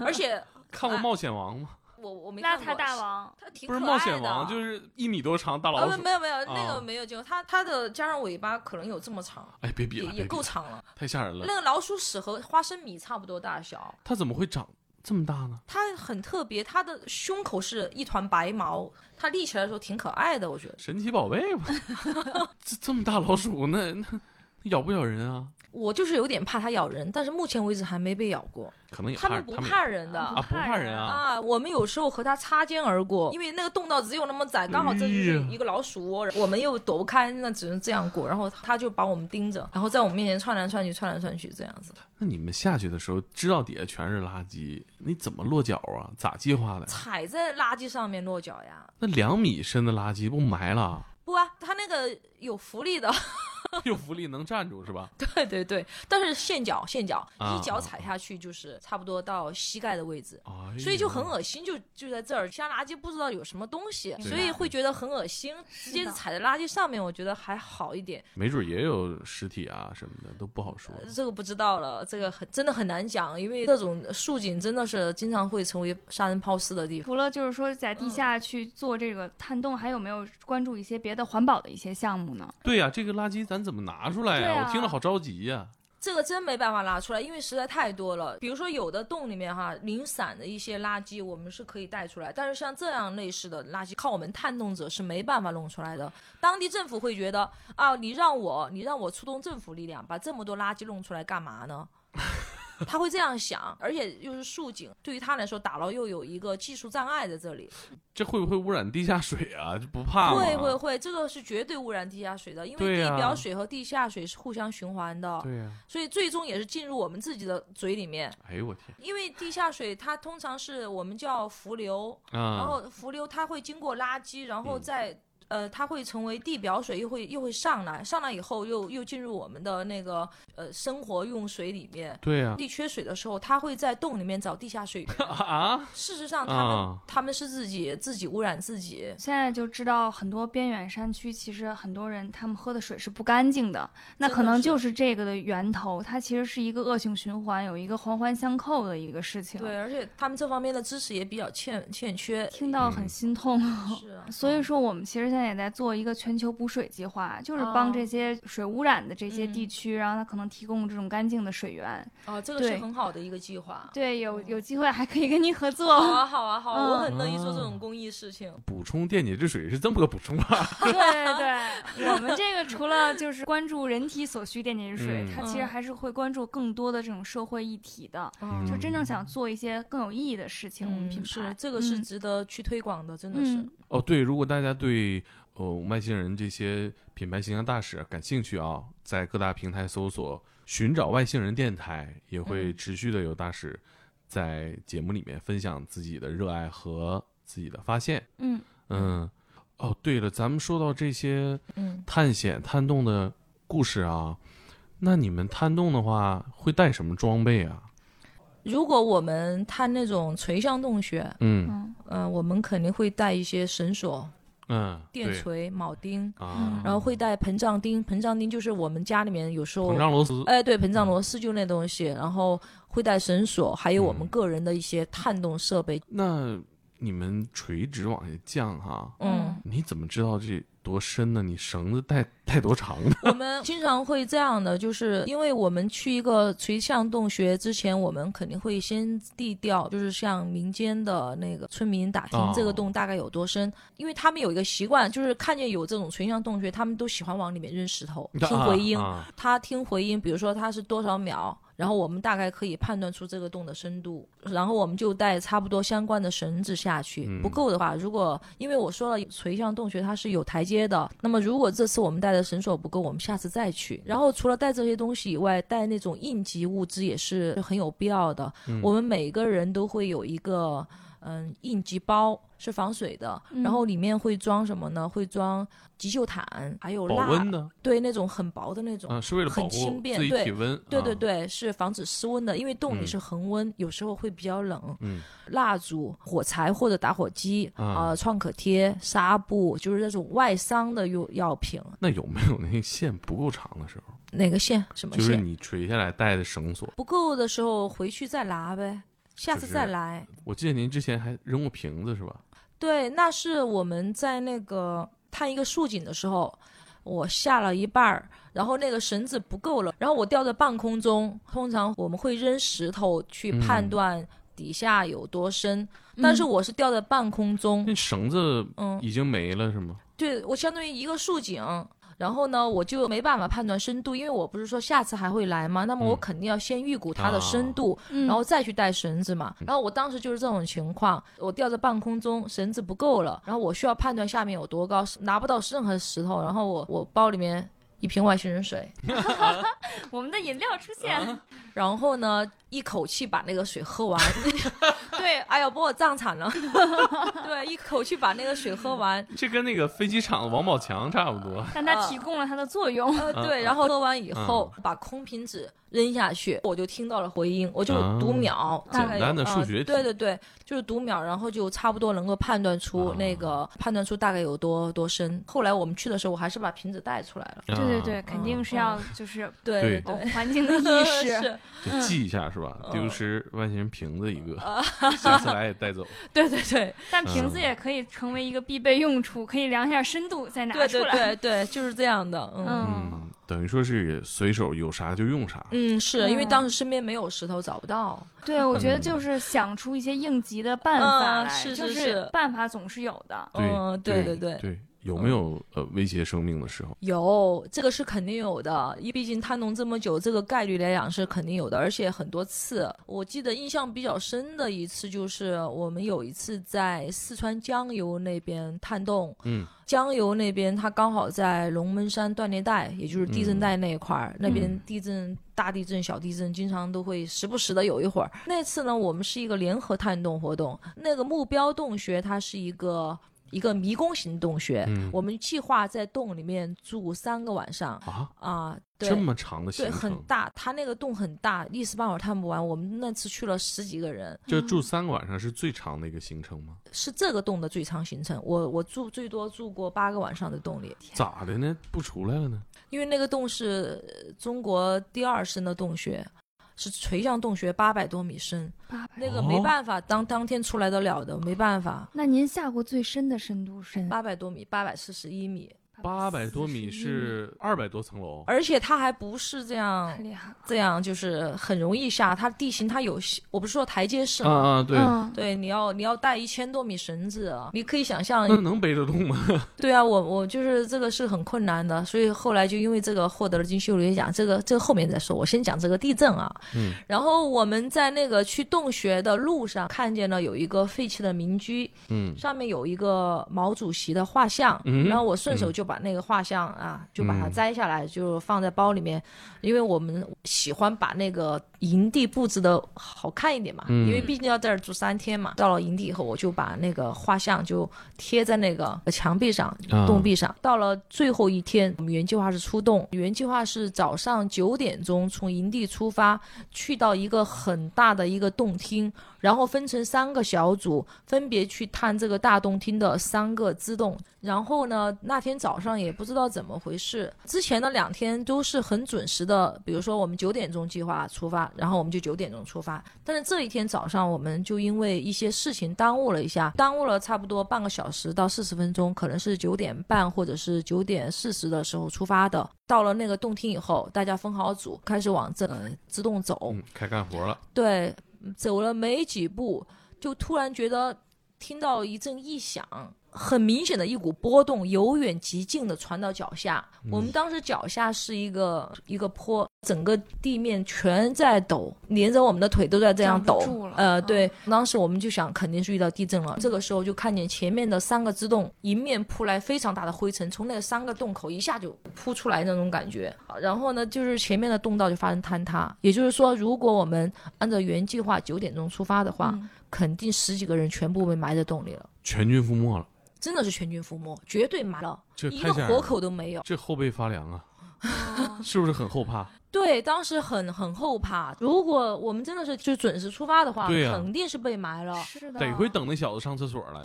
S2: 而且
S3: 看过《冒险王》吗？
S2: 我我没
S4: 邋
S2: 看过
S4: 遢大，王，
S2: 它哎挺
S3: 不是《
S2: 可
S3: 冒
S2: 爱
S3: 险
S2: 的
S3: 王》，就是一米多长大
S2: 啊
S3: 老
S2: 不
S3: 鼠。
S2: 没有没有那
S3: 啊
S2: 个没有见过，它它的加上尾巴可能有这么长，
S3: 哎，别比
S2: 也
S3: 了，
S2: 也
S3: 别比
S2: 够
S3: 了
S2: 长了。
S3: 太吓人了
S2: 那。个老鼠屎和花生米差不多大小，
S3: 它怎么会长这么大呢？
S2: 它很特别，它的胸口是一团白毛，它立起来的时候挺可爱的，我觉得。
S3: 神奇宝贝吧？ 这这么大老鼠，那那那咬不咬人啊？
S2: 我就是有点怕它咬人，但是目前为止还没被咬过。
S3: 可能也
S2: 它
S3: 怕
S2: 们
S3: 他
S2: 不
S3: 们
S2: 怕人的
S3: 啊，不怕人啊。
S2: 啊！我们有时候和它擦肩而过，因为那个洞道只有那么窄，刚好这
S3: 哎
S2: 就是一个老鼠窝，我们又躲不开，那只能这样过。然后它就把我们盯着，然后在我们面前窜来窜去，窜来窜去这样子。
S3: 那你们下去的时候知道底下全是垃圾，你怎么落脚啊？咋计划的？
S2: 踩在垃圾上面落脚呀？
S3: 那两米深的垃圾不埋了？
S2: 不啊，它那个有浮力的，
S3: 有浮力能站住是吧？
S2: 对对对，但是陷脚陷脚，
S3: 啊
S2: 一脚踩下去就是差不多到膝盖的位置。
S3: 哎呦
S2: 所以就很恶心，就就在这儿，像垃圾不知道有什么东西，
S3: 对
S2: 所以会觉得很恶心。直接踩在垃圾上面，我觉得还好一点，
S3: 没准也有尸体啊什么的，都不好说。
S2: 这个不知道了，这个很真的很难讲，因为这种树井真的是经常会成为杀人抛尸的地方。
S4: 除了就是说在地下去做这个探洞，还有没有关注一些别的环保的一些项目呢？
S3: 对呀、这个垃圾咱怎么拿出来呀、
S4: 对啊
S3: 我听着好着急呀、
S2: 这个真没办法拿出来，因为实在太多了。比如说有的洞里面哈，零散的一些垃圾我们是可以带出来，但是像这样类似的垃圾，靠我们探洞者是没办法弄出来的。当地政府会觉得啊，你让我你让我出动政府力量把这么多垃圾弄出来干嘛呢？ 他会这样想，而且又是竖井，对于他来说，打捞又有一个技术障碍在这里。
S3: 这会不会污染地下水啊？这不怕吗？
S2: 会会会，这个是绝对污染地下水的，因为
S3: 对呀
S2: 地表水和地下水是互相循环的，
S3: 对呀、
S2: 所以最终也是进入我们自己的嘴里面。
S3: 哎呦我天
S2: 因为地下水它通常是我们叫伏流，
S3: 啊！嗯
S2: 然后伏流它会经过垃圾，然后再、呃，它会成为地表水，又会又会上来，上来以后又又进入我们的那个呃生活用水里面。
S3: 对啊呀、。
S2: 地缺水的时候，它会在洞里面找地下水源
S3: 啊，
S2: 事实上，他们、
S3: 啊
S2: 他们是自己自己污染自己。
S4: 现在就知道很多边远山区，其实很多人他们喝的水是不干净的，那可能就是这个的源头，它其实是一个恶性循环，有一个环环相扣的一个事情。
S2: 对，，而且他们这方面的知识也比较欠欠缺。
S4: 听到很心痛。
S2: 是啊，
S4: 嗯所以说，我们其实现在也在做一个全球补水计划，就是
S2: 哦
S4: 帮这些水污染的这些地
S2: 嗯
S4: 区，然后它可能提供这种干净的水源。嗯
S2: 哦，这个是
S4: 对
S2: 很好的一个计划。
S4: 对，有有机会还可以跟您合
S2: 好
S4: 作。
S2: 啊，好啊，好啊，
S4: 嗯
S2: 我很乐意做这种公益事情。
S3: 补充电解质水是这么个补充吧？
S4: 对对， 我们这个除了就是关注人体所需电解质水，
S3: 嗯
S4: 它其实
S2: 嗯
S4: 还是会关注更多的这种社会议题的。
S2: 嗯
S4: 就真正想做一些更有意义的事情，我们品
S2: 嗯，
S4: 牌
S2: 是这个是
S4: 嗯
S2: 值得去推广的，真的是
S4: 嗯。
S3: 哦，对，如果大家对呃外星人这些品牌形象大使感兴趣啊，在各大平台搜索“寻找外星人电台”，也会
S2: 嗯
S3: 持续的有大使在节目里面分享自己的热爱和自己的发现。
S4: 嗯，
S3: 嗯，哦，对了，咱们说到这些
S2: 嗯，
S3: 探险探洞的故事啊，那你们探洞的话会带什么装备啊？
S2: 如果我们探那种垂向洞穴，
S3: 嗯
S2: 嗯，我们肯定会带一些绳索、
S3: 嗯，
S2: 电
S3: 对
S2: 锤、铆钉，
S3: 啊，
S2: 然后会带膨胀钉。膨胀钉就是我们家里面有时候
S3: 膨胀螺嗯丝，
S2: 哎，对，膨胀螺丝就那东西，然后会带绳索，还有我
S3: 嗯
S2: 们个人的一些探洞设备。
S3: 那你们垂直往下降哈、
S2: 嗯，
S3: 你怎么知道这多深呢？你绳子带带多长呢？
S2: 我们经常会这样的，就是因为我们去一个垂向洞穴之前，我们肯定会先地调，就是向民间的那个村民打听
S3: 哦
S2: 这个洞大概有多深，因为他们有一个习惯，就是看见有这种垂向洞穴，他们都喜欢往里面扔石头， 听回音。
S3: 啊
S2: 他听回音，比如说他是多少秒，然后我们大概可以判断出这个洞的深度，然后我们就带差不多相关的绳子下去。
S3: 嗯
S2: 不够的话，如果因为我说了垂向洞穴它是有台阶的，那么如果这次我们带的绳索不够，我们下次再
S3: 嗯
S2: 去。然后除了带这些东西以外，带那种应急物资也是很有必要的。
S3: 嗯
S2: 我们每个人都会有一个。嗯，应急包是防水的，然后里面会装什么呢？会装急救毯，还有
S3: 保
S2: 蜡，
S3: 温呢？
S2: 对，那种很薄的那种。
S3: 啊，是为了
S2: 很
S3: 保护
S2: 轻便
S3: 自己
S2: 对
S3: 体温。
S2: 对对
S3: 啊，
S2: 对，是防止失温的，因为洞
S3: 嗯
S2: 里是恒温，有时候会比较冷。
S3: 嗯，
S2: 蜡烛、火柴或者打火机，
S3: 啊
S2: 啊，创可贴、纱布，就是那种外伤的用药品。
S3: 那有没有那个线不够长的时候？
S2: 哪个线？什么
S3: 就是
S2: 线？
S3: 你垂下来带的绳索。
S2: 不够的时候回去再拿呗，下
S3: 就
S2: 次
S3: 是
S2: 再来。
S3: 我记得您之前还扔过瓶子是吧？
S2: 对，那是我们在那个探一个竖井的时候，我下了一半儿，然后那个绳子不够了，然后我吊在半空中。通常我们会扔石头去判
S3: 嗯
S2: 断底下有多深，但是
S4: 嗯
S2: 我是吊在半空中
S3: 那，绳子
S2: 嗯，
S3: 已经没了是吗？
S2: 对我相当于一个竖井。然后呢，我就没办法判断深度，因为我不是说下次还会来嘛，那么我
S3: 嗯
S2: 肯定要先预估它的
S3: 啊嗯
S2: 深度，
S4: 嗯
S2: 然后再去带绳子嘛。然后我当时就是这种情况，我吊在半空中，绳子不够了，然后我需要判断下面有多高，拿不到任何石头，然后我我包里面一瓶外星人水，
S4: 我们的饮料出现，
S3: 啊
S2: 然后呢一口气把那个水喝完， 对，哎呀，把我胀惨了， 对，一口气把那个水喝完。
S3: 这跟那个飞机场王宝强差不多。
S4: 但它提供了它的作用。
S2: 呃，
S3: 啊
S2: 对，然后喝完以后、
S3: 嗯
S2: 把空瓶子扔下去，我就听到了回音，我就
S3: 啊
S2: 读秒，大
S3: 简
S2: 概有
S3: 单的数学
S2: 呃
S3: 题
S2: 对对对，就是读秒，然后就差不多能够判断出
S3: 啊
S2: 那个、判断出大概有多多深。后来我们去的时候，我还是把瓶子带出来了。
S4: 对对对，
S3: 啊，
S2: 嗯
S4: 肯定是要就是
S2: 对
S3: 对哦
S4: 保护
S2: 对，
S4: 环境的 意 识。
S2: 是，
S3: 就记一下是吧？
S2: 嗯啊
S3: 丢失外星人瓶子一个，下次来也带走。
S2: 对对对
S4: 但瓶子也可以成为一个必备用处，可以量一下深度再拿
S2: 对
S4: 出
S2: 对
S4: 来。
S2: 对对，就是这样的，嗯。
S4: 嗯，
S3: 嗯，等于说是随手有啥就用啥。
S2: 嗯，是因为
S4: 嗯
S2: 当时身边没有石头，找不到。
S4: 对，我觉得就是想出一些应急的办法
S2: 嗯
S4: 来，
S2: 是
S4: 就是是
S2: 是
S4: 办法总是有的。
S3: 对
S2: 嗯，
S3: 对
S2: 对
S3: 对
S2: 对，嗯
S3: 有没有呃威胁生命的时候？
S2: 有这个是肯定有的，因为毕竟探洞这么久，这个概率来讲是肯定有的，而且很多次。我记得印象比较深的一次就是我们有一次在四川江油那边探洞，
S3: 嗯，
S2: 江油那边它刚好在龙门山断裂带，也就是地震带那一块儿，那边地震、大地震、小地震经常都会时不时的有一会儿。那次呢，我们是一个联合探洞活动，那个目标洞穴它是一个。一个迷宫型洞穴，
S3: 嗯
S2: 我们计划在洞里面住三个晚上
S3: 啊，
S2: 啊，对，
S3: 这么长的行
S2: 对，很
S3: 程，
S2: 大，它那个洞很大，一时半会儿探不完。我们那次去了十几个人，
S3: 就住三个晚上是最长的一个行程吗？
S2: 是这个洞的最长行程。我我住最多住过八个晚上的洞里，
S3: 咋的呢？不出来了呢？
S2: 因为那个洞是呃中国第二深的洞穴，是垂向洞穴八百多米深，
S4: 八百。
S2: 那
S3: 哦
S2: 个没办法当当天出来得了的，没办法，
S4: 那您下过最深的深度深？
S2: 八百多米，八百四十一米，
S3: 八百多米
S4: 41
S3: 是二百多层楼，
S2: 而且它还不是这样
S4: 太厉害了。
S2: 这样，就是很容易下，它地形它有，我不是说台阶式
S3: 啊
S2: 吗？
S3: 啊，对，
S4: 嗯，
S2: 对，你要你要带一千多米绳子啊，你可以想象，
S3: 那能背得动吗？
S2: 对啊，我我就是这个是很困难的，所以后来就因为这个获得了金修理奖。这个这个后面再说，我先讲这个地震啊。
S3: 嗯。
S2: 然后我们在那个去洞穴的路上，看见了有一个废弃的民居，
S3: 嗯
S2: 上面有一个毛主席的画像，
S3: 嗯
S2: 然后我顺手就把那个画像啊，就把它
S3: 嗯
S2: 摘下来，就放在包里面，因为我们喜欢把那个营地布置的好看一点嘛，
S3: 嗯
S2: 因为毕竟要在这儿住三天嘛。到了营地以后，我就把那个画像就贴在那个墙壁上、
S3: 啊
S2: 洞壁上。到了最后一天，我们原计划是出洞，原计划是早上九点钟从营地出发，去到一个很大的一个洞厅，然后分成三个小组，分别去探这个大洞厅的三个支洞。然后呢，那天早上也不知道怎么回事，之前的两天都是很准时的，比如说我们九点钟计划出发，然后我们就九点钟出发。但是这一天早上，我们就因为一些事情耽误了一下，耽误了差不多半个小时到四十分钟，可能是九点半或者是九点四十的时候出发的。到了那个洞厅以后，大家分好组，开始往这呃支洞走。
S3: 嗯，开干活了，
S2: 对，走了没几步，就突然觉得听到一阵异响，很明显的一股波动由远及近的传到脚下。我们当时脚下是一个一个坡，整个地面全在抖，连着我们的腿都在这样
S4: 站不
S2: 抖
S4: 住了。
S2: 呃，
S4: 嗯
S2: 对，当时我们就想肯定是遇到地震了。这个时候就看见前面的三个支洞迎面扑来非常大的灰尘，从那三个洞口一下就扑出来那种感觉。然后呢，就是前面的洞道就发生坍塌，也就是说，如果我们按照原计划九点钟出发的话，
S4: 嗯
S2: 肯定十几个人全部被埋在洞里了，
S3: 全军覆没了，
S2: 真的是全军覆没，绝对埋了，
S3: 这
S2: 一
S3: 太
S2: 个
S3: 吓人
S2: 活
S3: 了，
S2: 口都没有。
S3: 这后背发凉啊， 是不是很后怕？
S2: 对，当时很很后怕，如果我们真的是就准时出发的话，
S3: 对呀
S2: 肯定是被 埋了，
S4: 是的，
S3: 得亏等那小子上厕所了，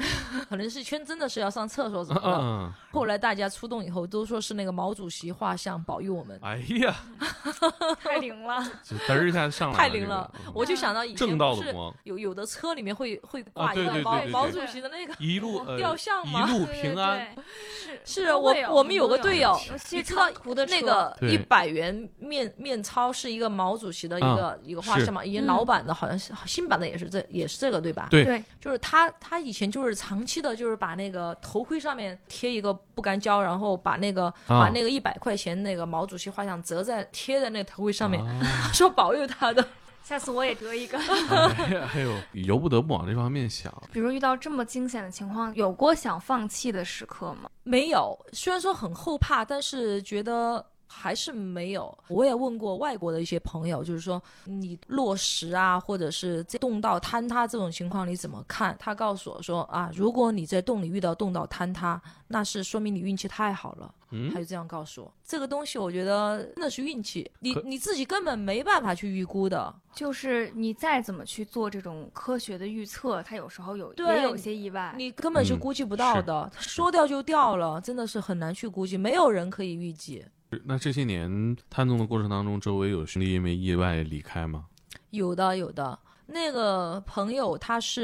S2: 可能是圈真的是要上厕所什么的。
S3: 嗯，
S2: 后来大家出动以后，都说是那个毛主席画像保佑我们，
S3: 哎呀，
S4: 太灵了。
S3: 这嘚儿一下上来
S2: 太
S3: 这
S2: 灵
S3: 个
S2: 了
S3: 嗯。
S2: 我就想到以前
S3: 正道
S2: 不
S3: 的
S2: 是
S3: 光，
S2: 有有的车里面会会挂
S3: 对
S2: 一个
S3: 对
S2: 毛、
S3: 对对
S2: 毛
S4: 对
S2: 主席的那个。
S3: 一路呃
S2: 雕像
S3: 一
S2: 哦吗
S3: 路
S4: 对
S3: 平安，，
S4: 对对是
S2: 是我我们有个队友，
S4: 你
S2: 你知道那个
S3: 对
S2: 一百元面面钞是一个毛主席的一个、一个画
S3: 啊是
S2: 像嘛？以前
S4: 嗯
S2: 老版的好像是新版的也是这也是这个对吧？
S3: 对
S4: 对
S2: 就是他他以前就是长期的，就是把那个头盔上面贴一个不干胶，然后把那个、
S3: 啊
S2: 把那个一百块钱那个毛主席画像折在贴在那个头盔上面，
S3: 啊
S2: 说保佑他的。
S4: 下次我也得一个。
S3: 哎呀哎呦，由不得不往这方面想，
S4: 比如遇到这么惊险的情况，有过想放弃的时刻吗？
S2: 没有，虽然说很后怕，但是觉得还是没有。我也问过外国的一些朋友，就是说你落石啊，或者是这洞道坍塌这种情况你怎么看？他告诉我说啊，如果你在洞里遇到洞道坍塌，那是说明你运气太好了。
S3: 嗯
S2: 他就这样告诉我，这个东西我觉得真的是运气，你
S3: 可
S2: 你自己根本没办法去预估的。
S4: 就是你再怎么去做这种科学的预测，它有时候有
S2: 对
S4: 也有一些意外。
S2: 你根本是
S3: 嗯
S2: 估计不到的，说掉就掉了，真的是很难去估计，没有人可以预计。
S3: 那这些年探洞的过程当中，周围有兄弟因为意外离开吗？
S2: 有的，有的。那个朋友他是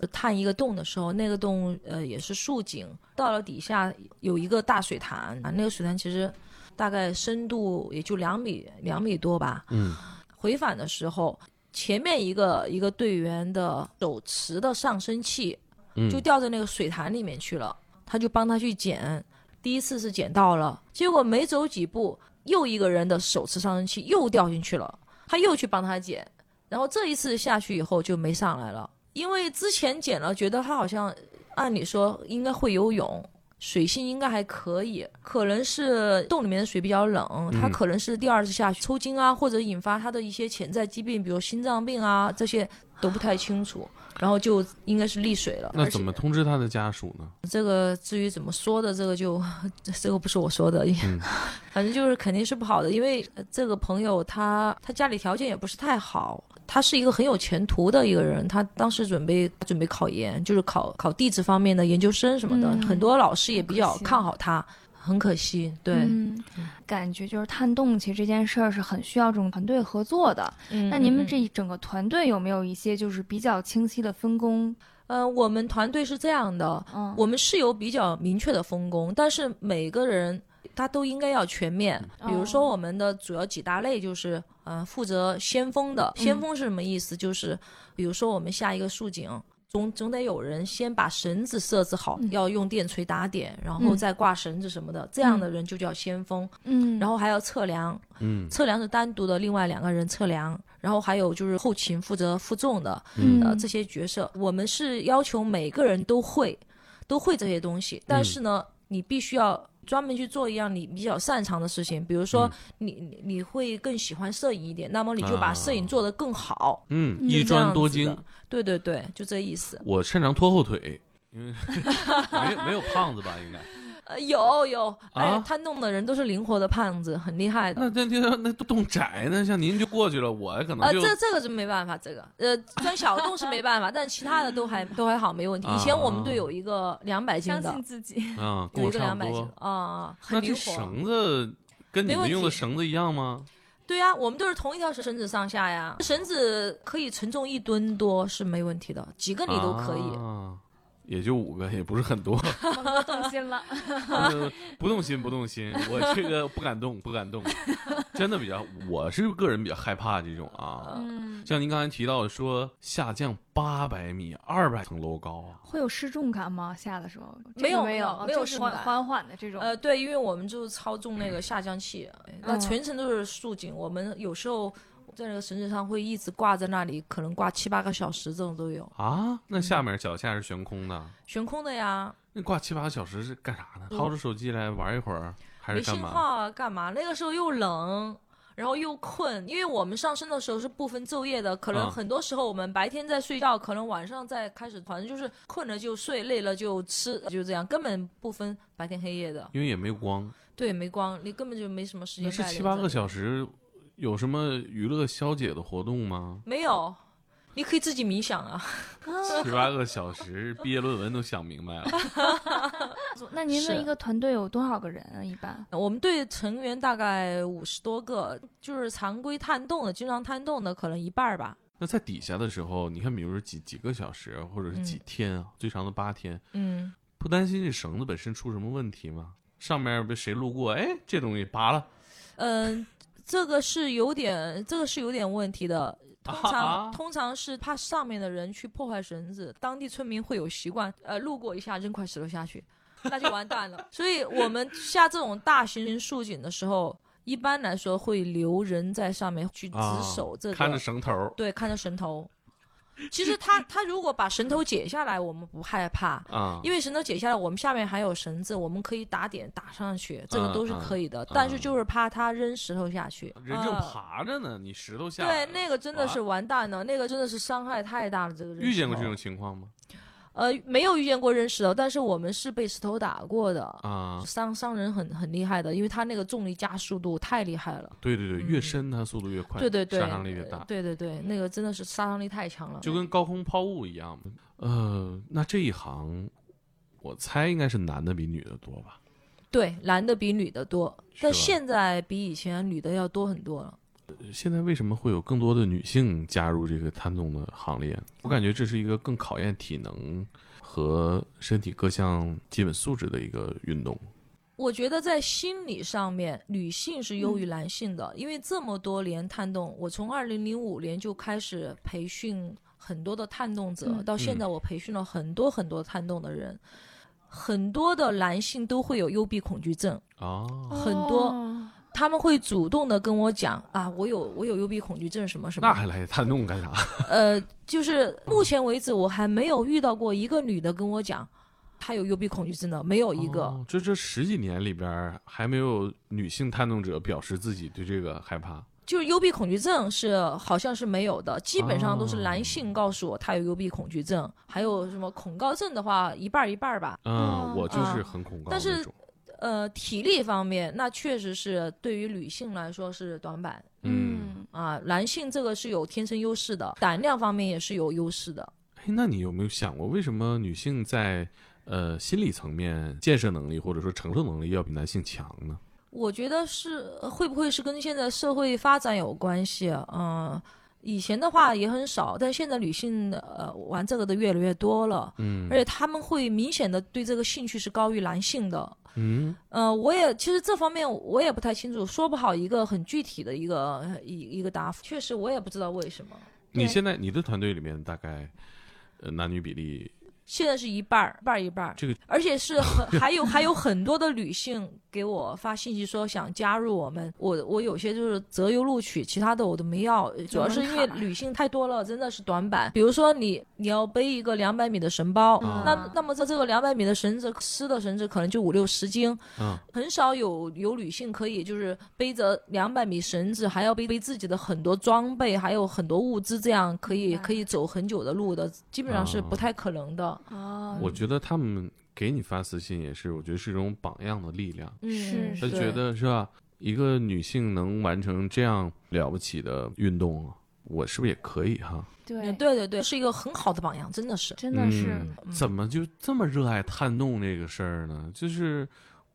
S2: 呃探一个洞的时候，那个洞呃也是竖井，到了底下有一个大水潭啊，那个水潭其实大概深度也就两米两米多吧。
S3: 嗯，
S2: 回返的时候，前面一个一个队员的手持的上升器
S3: 嗯
S2: 就掉在那个水潭里面去了，他就帮他去捡，第一次是捡到了，结果没走几步，又一个人的手持上升器又掉进去了，他又去帮他捡，然后这一次下去以后就没上来了，因为之前捡了，觉得他好像按理说应该会游泳。水性应该还可以，可能是洞里面的水比较冷，他
S3: 嗯
S2: 可能是第二次下去抽筋啊，或者引发他的一些潜在疾病，比如心脏病啊这些都不太清楚，然后就应该是溺水了。
S3: 那怎么通知他的家属呢？
S2: 这个至于怎么说的，这个就 这个不是我说的，
S3: 嗯
S2: 反正就是肯定是不好的，因为呃这个朋友他他家里条件也不是太好，他是一个很有前途的一个人，他当时准备准备考研，就是考考地质方面的研究生什么的，
S4: 嗯
S2: 很多老师也比较
S4: 可惜
S2: 看好他。很可惜，对，
S4: 嗯，感觉就是探洞，其实这件事儿是很需要这种团队合作的。
S2: 嗯
S4: 那
S2: 嗯
S4: 您们
S2: 嗯
S4: 这一整个团队有没有一些就是比较清晰的分工？
S2: 呃，我们团队是这样的，
S4: 嗯，
S2: 我们是有比较明确的分工，但是每个人他都应该要全面。比如说，
S4: 哦
S2: 我们的主要几大类就是，呃，负责先锋的。
S4: 嗯
S2: 先锋是什么意思？就是比如说我们下一个竖井。总总得有人先把绳子设置好，
S4: 嗯
S2: 要用电锤打点，然后
S4: 嗯
S2: 再挂绳子什么的，这样的人就叫先锋。
S4: 嗯，
S2: 然后还要测量，
S3: 嗯
S2: 测量是单独的，另外两个人测量。然后还有就是后勤负责负重的，
S4: 嗯
S2: 呃这些角色，我们是要求每个人都会，都会这些东西，但是呢，
S3: 嗯
S2: 你必须要。专门去做一样你比较擅长的事情，比如
S3: 嗯
S2: 说你、你你会更喜欢摄影一点，那么你就把摄影做得更好。
S3: 嗯，
S4: 嗯
S3: 啊一
S2: 这样
S3: 专多
S2: 子的
S3: 精，
S2: 对对对，就这意思。
S3: 我擅长拖后腿，因为没有没有胖子吧，应 该。
S2: 呃，有有，哎
S3: 啊，
S2: 他弄的人都是灵活的胖子，很厉害的。
S3: 那那那那洞窄呢，像您就过去了，我可能
S2: 呃，
S3: 就
S2: 这这个是没办法，这个呃钻小洞是没办法，但其他的 都还都还好，没问题。以前我们队有一个两百斤
S4: 相
S2: 的
S4: 信，自己。
S3: 啊，跟
S2: 有一
S3: 我
S2: 个
S3: 差
S2: 两
S3: 不
S2: 百斤
S3: 多
S2: 的。啊啊，
S3: 那
S2: 很
S3: 这
S2: 灵活。
S3: 绳子跟你
S2: 没问
S3: 们
S2: 题
S3: 用的绳子一样吗？
S2: 对呀、我们都是同一条绳子上下呀，绳子可以承重一吨多是没问题的，几个你都可以。
S3: 啊也就五个，也不是很多。
S4: 猛哥动心了，
S3: 呃不动心，不动心，我这个不敢动，不敢动，真的比较，我是个人比较害怕这种啊。
S4: 嗯，
S3: 像您刚才提到说下降八百米、二百层楼高啊，
S4: 会有失重感吗？下的时候这个
S2: 没有
S4: 没哦
S2: 没有没有
S4: 就是
S2: 失重
S4: 缓
S2: 感
S4: 缓缓的这种。
S2: 呃，对，因为我们就是操纵那个下降器，哎那全程都是竖井，我们有时候在那个绳子上会一直挂在那里，可能挂七八个小时这种都有，
S3: 啊，那下面脚下是悬空的，
S2: 悬空的呀，
S3: 那挂七八个小时是干啥呢？掏出手机来玩一会儿，还
S2: 没
S3: 是干
S2: 信
S3: 嘛？
S2: 号啊，干嘛？那个时候又冷。然后又困，因为我们上升的时候是不分昼夜的，可能
S3: 啊
S2: 很多时候我们白天在睡觉，可能晚上再开始，反正就是困了就睡，累了就吃，就这样，根本不分白天黑夜的。
S3: 因为也没有光，
S2: 对，没光，你根本就没什么时
S3: 那
S2: 间
S3: 是
S2: 概念。
S3: 七八个小时，有什么娱乐消解的活动吗？
S2: 没有，你可以自己冥想啊。
S3: 七八个小时，毕业论文都想明白了。
S4: 那您的
S2: 是
S4: 一个团队有多少个人啊？一般？
S2: 我们队成员大概五十多个，就是常规探洞的，经常探洞的可能一半儿吧。
S3: 那在底下的时候，你看，比如说几几个小时，或者是几天啊，最长的八天，
S2: 嗯，
S3: 不担心这绳子本身出什么问题吗？上面被谁路过，哎，这东西拔了，
S2: 嗯，这个是有点，这个是有点问题的。通常、
S3: 啊
S2: 通常是怕上面的人去破坏绳子，当地村民会有习惯，呃，路过一下扔块石头下去， 那就完 蛋了。所以我们下这种大型竖井的时候，一般来说会留人在上面去值
S3: 啊
S2: 守这个，
S3: 看着绳头
S2: 对，看着绳头。其实他他如果把绳头解下来，我们不害怕，
S3: 啊，
S2: 因为绳头解下来，我们下面还有绳子，我们可以打点打上去，这个
S3: 嗯
S2: 都是
S3: 嗯
S2: 可以的。
S3: 嗯
S2: 但是就是怕他扔石头下去，
S3: 人正
S2: 呃
S3: 爬着呢，你石头下来
S2: 对，
S3: 了
S2: 那个真的是完蛋了，那个真的是伤害太大了。这个人
S3: 遇见过
S2: 石
S3: 这
S2: 头
S3: 种情况吗？
S2: 呃没有遇见过扔石头，但是我们是被石头打过的，
S3: 啊，
S2: 伤伤人很很厉害的，因为他那个重力加速度太厉害了。
S3: 对对对，
S2: 嗯
S3: 越深它速度越快，
S2: 对对对，
S3: 杀伤力越大
S2: 呃，对对对，那个真的是杀伤力太强了。
S3: 就跟高空抛物一样嘛。呃，那这一行，我猜应该是男的比女的多吧？
S2: 对，男的比女的多，
S3: 是
S2: 但
S3: 吧
S2: 现在比以前女的要多很多了。
S3: 现在为什么会有更多的女性加入这个探洞的行列？我感觉这是一个更考验体能和身体各项基本素质的一个运动。
S2: 我觉得在心理上面，女性是优于男性的，因为这么多年探洞，我从二零零五年就开始培训很多的探洞者，
S4: 嗯
S2: 到现在我培训了很多很多探洞的人，很多的男性都会有幽闭恐惧症，
S3: 哦，
S2: 很多
S4: 嗯
S2: 他们会主动的跟我讲啊，我有我有幽闭恐惧症什么什么
S3: 那
S2: 的，
S3: 还来探洞干啥？
S2: 呃，就是目前为止，我还没有遇到过一个女的跟我讲她有幽闭恐惧症的，没有一个。
S3: 哦这这十几年里边儿还没有女性探洞者表示自己对这个害怕。
S2: 就是幽闭恐惧症是好像是没有的，基本上都是
S3: 哦
S2: 男性告诉我他有幽闭恐惧症，还有什么恐高症的话，一半儿一半儿吧。
S3: 嗯，我就是
S2: 啊
S3: 很恐高
S2: 但是
S3: 那种。
S2: 呃，体力方面，那确实是对于女性来说是短板
S3: 嗯，
S4: 嗯，
S2: 啊，男性这个是有天生优势的，胆量方面也是有优势的。
S3: 哎，那你有没有想过，为什么女性在呃心理层面建设能力或者说承受能力要比男性强呢？
S2: 我觉得是呃会不会是跟现在社会发展有关系？嗯，以前的话也很少，但现在女性呃玩这个的越来越多了，
S3: 嗯
S2: 而且他们会明显的对这个兴趣是高于男性的。
S3: 嗯
S2: 呃，我也其实这方面我也不太清楚，说不好一个很具体的一个呃一一个答复。确实我也不知道为什么，
S3: 你
S4: 对
S3: 现在你的团队里面大概呃男女比例
S2: 现在是一半儿，一半儿一半儿。
S3: 这个
S2: 而且是很 还有还有很多的女性给我发信息说想加入我们，我我有些就是择优录取，其他的我都没要，主要是因为
S4: 门槛啊
S2: 女性太多了，真的是短板。比如说你你要背一个两百米的绳包，
S3: 嗯
S2: 那那么在这个两百米的绳子湿的绳子可能就五六十斤，
S3: 嗯
S2: 很少有有女性可以就是背着两百米绳子，还要背背自己的很多装备，还有很多物资，这样可以
S4: 明白
S2: 可以走很久的路的，基本上是
S3: 哦
S2: 不太可能的。
S4: 哦，
S3: 嗯我觉得他们给你发私信也是，我觉得是一种榜样的力量。
S2: 嗯，
S4: 是
S3: 他
S4: 是
S2: 对
S3: 觉得是吧？一个女性能完成这样了不起的运动，我是不是也可以哈？
S4: 对
S2: 嗯，对对对，是一个很好的榜样，真的是。
S4: 真的是
S3: 嗯怎么就这么热爱探洞这个事儿呢？就是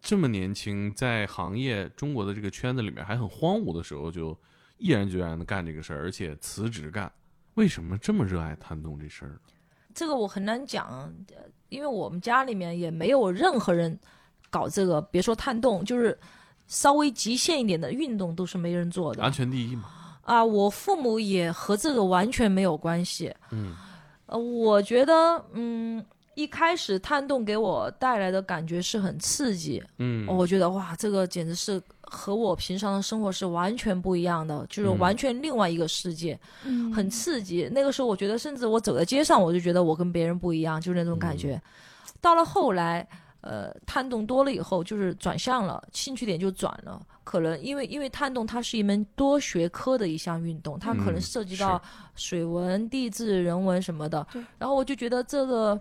S3: 这么年轻，在行业中国的这个圈子里面还很荒芜的时候，就毅然决然的干这个事儿，而且辞职干。为什么这么热爱探洞这事儿呢？
S2: 这个我很难讲，呃因为我们家里面也没有任何人搞这个，别说探洞，就是稍微极限一点的运动都是没人做的
S3: 安全第一嘛。
S2: 啊。我父母也和这个完全没有关系。
S3: 嗯，
S2: 呃，我觉得，嗯，一开始探洞给我带来的感觉是很刺激，
S3: 嗯，
S2: 我觉得哇，这个简直是和我平常的生活是完全不一样的，就是
S3: 嗯
S2: 完全另外一个世界。
S4: 嗯
S2: 很刺激。那个时候，我觉得甚至我走在街上，我就觉得我跟别人不一样，就是那种
S3: 嗯
S2: 感觉。到了后来，呃，探洞多了以后，就是转向了，兴趣点就转了。可能因为因为探洞它是一门多学科的一项运动，它可能
S3: 嗯
S2: 涉及到水文、地质、人文什么的
S4: 对。
S2: 然后我就觉得这个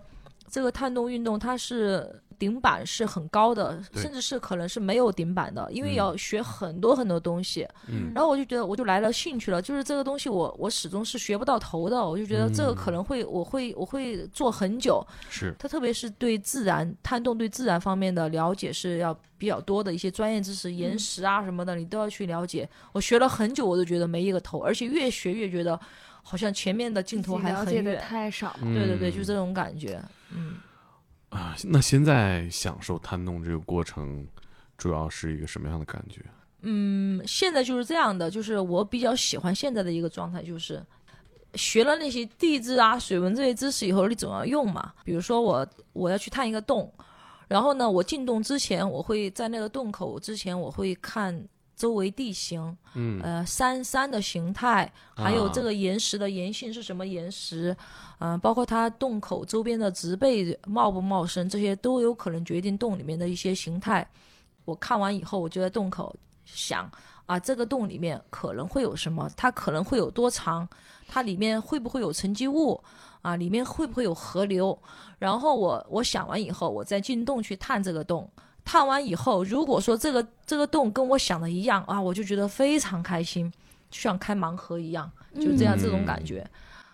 S2: 这个探洞运动它是。顶板是很高的，
S3: 对
S2: 甚至是可能是没有顶板的，因
S3: 嗯
S2: 为要学很多很多东西。
S3: 嗯
S2: 然后我就觉得我就来了兴趣了，就是这个东西我我始终是学不到头的，我就觉得这个可能会、我会我会做很久。
S3: 是
S2: 它特别是对自然探洞对自然方面的了解是要比较多的一些专业知识，
S4: 嗯
S2: 岩石啊什么的你都要去了解。我学了很久，我都觉得没一个头，而且越学越觉得好像前面的尽头还
S4: 了
S2: 很
S4: 解的
S2: 远。
S4: 太少了，
S2: 对对对，
S3: 嗯
S2: 就这种感觉。嗯，
S3: 啊，那现在享受探洞这个过程，主要是一个什么样的感觉？
S2: 嗯，现在就是这样的，就是我比较喜欢现在的一个状态，就是学了那些地质啊、水文这些知识以后，你总要用嘛。比如说我我要去探一个洞，然后呢，我进洞之前，我会在那个洞口之前，我会看周围地形，
S3: 嗯
S2: 呃，山山的形态，还有
S3: 啊
S2: 这个岩石的岩性是什么岩石，嗯、包括它洞口周边的植被茂不茂盛，这些都有可能决定洞里面的一些形态。我看完以后，我就在洞口想啊，这个洞里面可能会有什么，它可能会有多长，它里面会不会有沉积物啊，里面会不会有河流？然后我我想完以后，我再进洞去探这个洞。探完以后，如果说这个这个洞跟我想的一样啊，我就觉得非常开心，就像开盲盒一样，就这样、
S3: 嗯
S2: 这种感觉。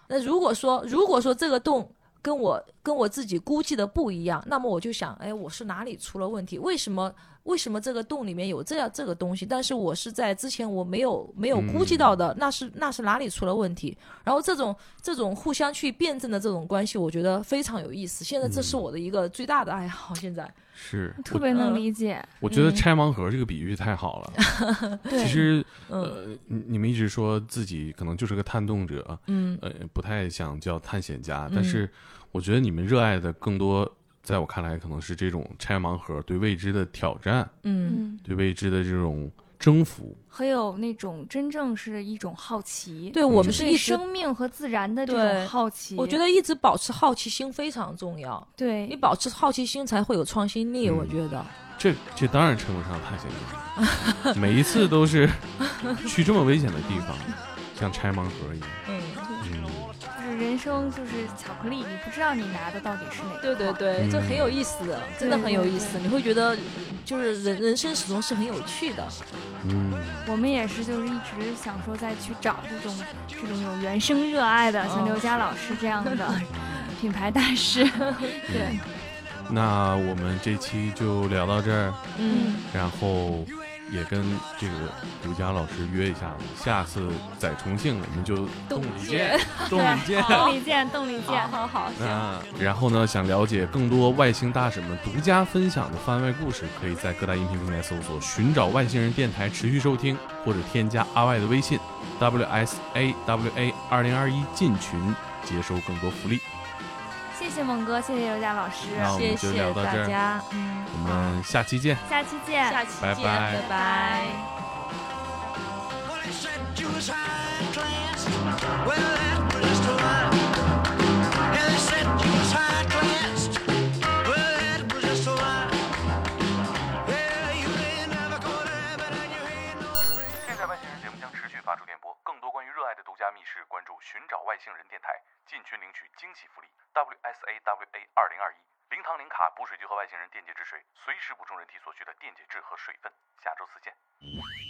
S2: 那如果说如果说这个洞跟我跟我自己估计的不一样，那么我就想，哎，我是哪里出了问题？为什么为什么这个洞里面有这样这个东西？但是我是在之前我没有没有估计到的，那是那是哪里出了问题？然后这种这种互相去辩证的这种关系，我觉得非常有意思。现在这是我的一个最大的爱好。现在，
S3: 是
S4: 特
S3: 我
S4: 别能
S2: 嗯
S4: 理解。
S3: 我觉得拆盲盒这个比喻太好了。
S4: 对，
S3: 其实
S2: 嗯
S3: 呃，你你们一直说自己可能就是个探洞者，
S2: 嗯
S3: 呃，不太想叫探险家，
S2: 嗯
S3: 但是我觉得你们热爱的更多，在我看来可能是这种拆盲盒对未知的挑战，
S2: 嗯
S4: 嗯，
S3: 对未知的这种征服。
S4: 很有那种真正是一种好奇，
S2: 对我
S4: 就
S2: 们
S4: 是
S2: 是
S4: 对
S2: 一直，
S4: 生命和自然的这
S2: 对
S4: 种好奇。
S2: 我觉得一直保持好奇心非常重要。你
S4: 对，
S2: 保持好奇心才会有创新力，
S3: 嗯
S2: 我觉得。
S3: 这这当然称不上探险家， 每一次都 是去这么危险的地方，像拆盲盒一样。
S2: 嗯，
S3: 嗯，
S4: 就是人生就是巧克力，你不知道你拿的到底是哪个。
S2: 对对对，
S3: 嗯
S2: 这很有意思，真的很有意思。
S4: 对对
S2: 你会觉得，就是人人生始终是很有趣的。
S3: 嗯，
S4: 我们也是，就是一直想说再去找这种这种有原生嗯热爱的，像
S2: 哦
S4: 刘佳老师这样的品牌大师。对，
S3: 那我们这期就聊到这儿，
S2: 嗯，
S3: 然后也跟这个吴佳老师约一下，下次在重庆我们就
S2: 动
S3: 里
S2: 见
S3: 见，动 里见。
S4: 动力见，动力见
S2: 好。好好，行，
S3: 那然后呢，想了解更多外星大使们独家分享的番外故事，可以在各大音频平台搜索“寻找外星人电台”持续收听，或者添加阿外的微信 w s a w a 二零二一进群，接收更多福利。
S4: 谢谢猛哥，谢谢刘佳老师，
S3: 那我
S2: 谢
S3: 们就聊
S2: 谢
S3: 到这
S2: 大
S3: 儿，
S2: 家，嗯，
S3: 我们下期见。
S4: 下期见，
S2: 下期
S3: 拜
S2: 见，
S3: 拜
S2: 拜拜。
S6: Well, they said you was high class. Well, that was the one. Yeah, they said you was high class. Well, that was just the one. Yeah, you ain't never gonna have it, and you ain't no friend.
S5: 现在外星人节目将持续发出电波，更多关于热爱的独家密室，关注“寻找外星人”电台，进群领取惊喜福利 WSAWA 二零二一零糖零卡补水机和外星人电解质水，随时补充人体所需的电解质和水分。下周四见。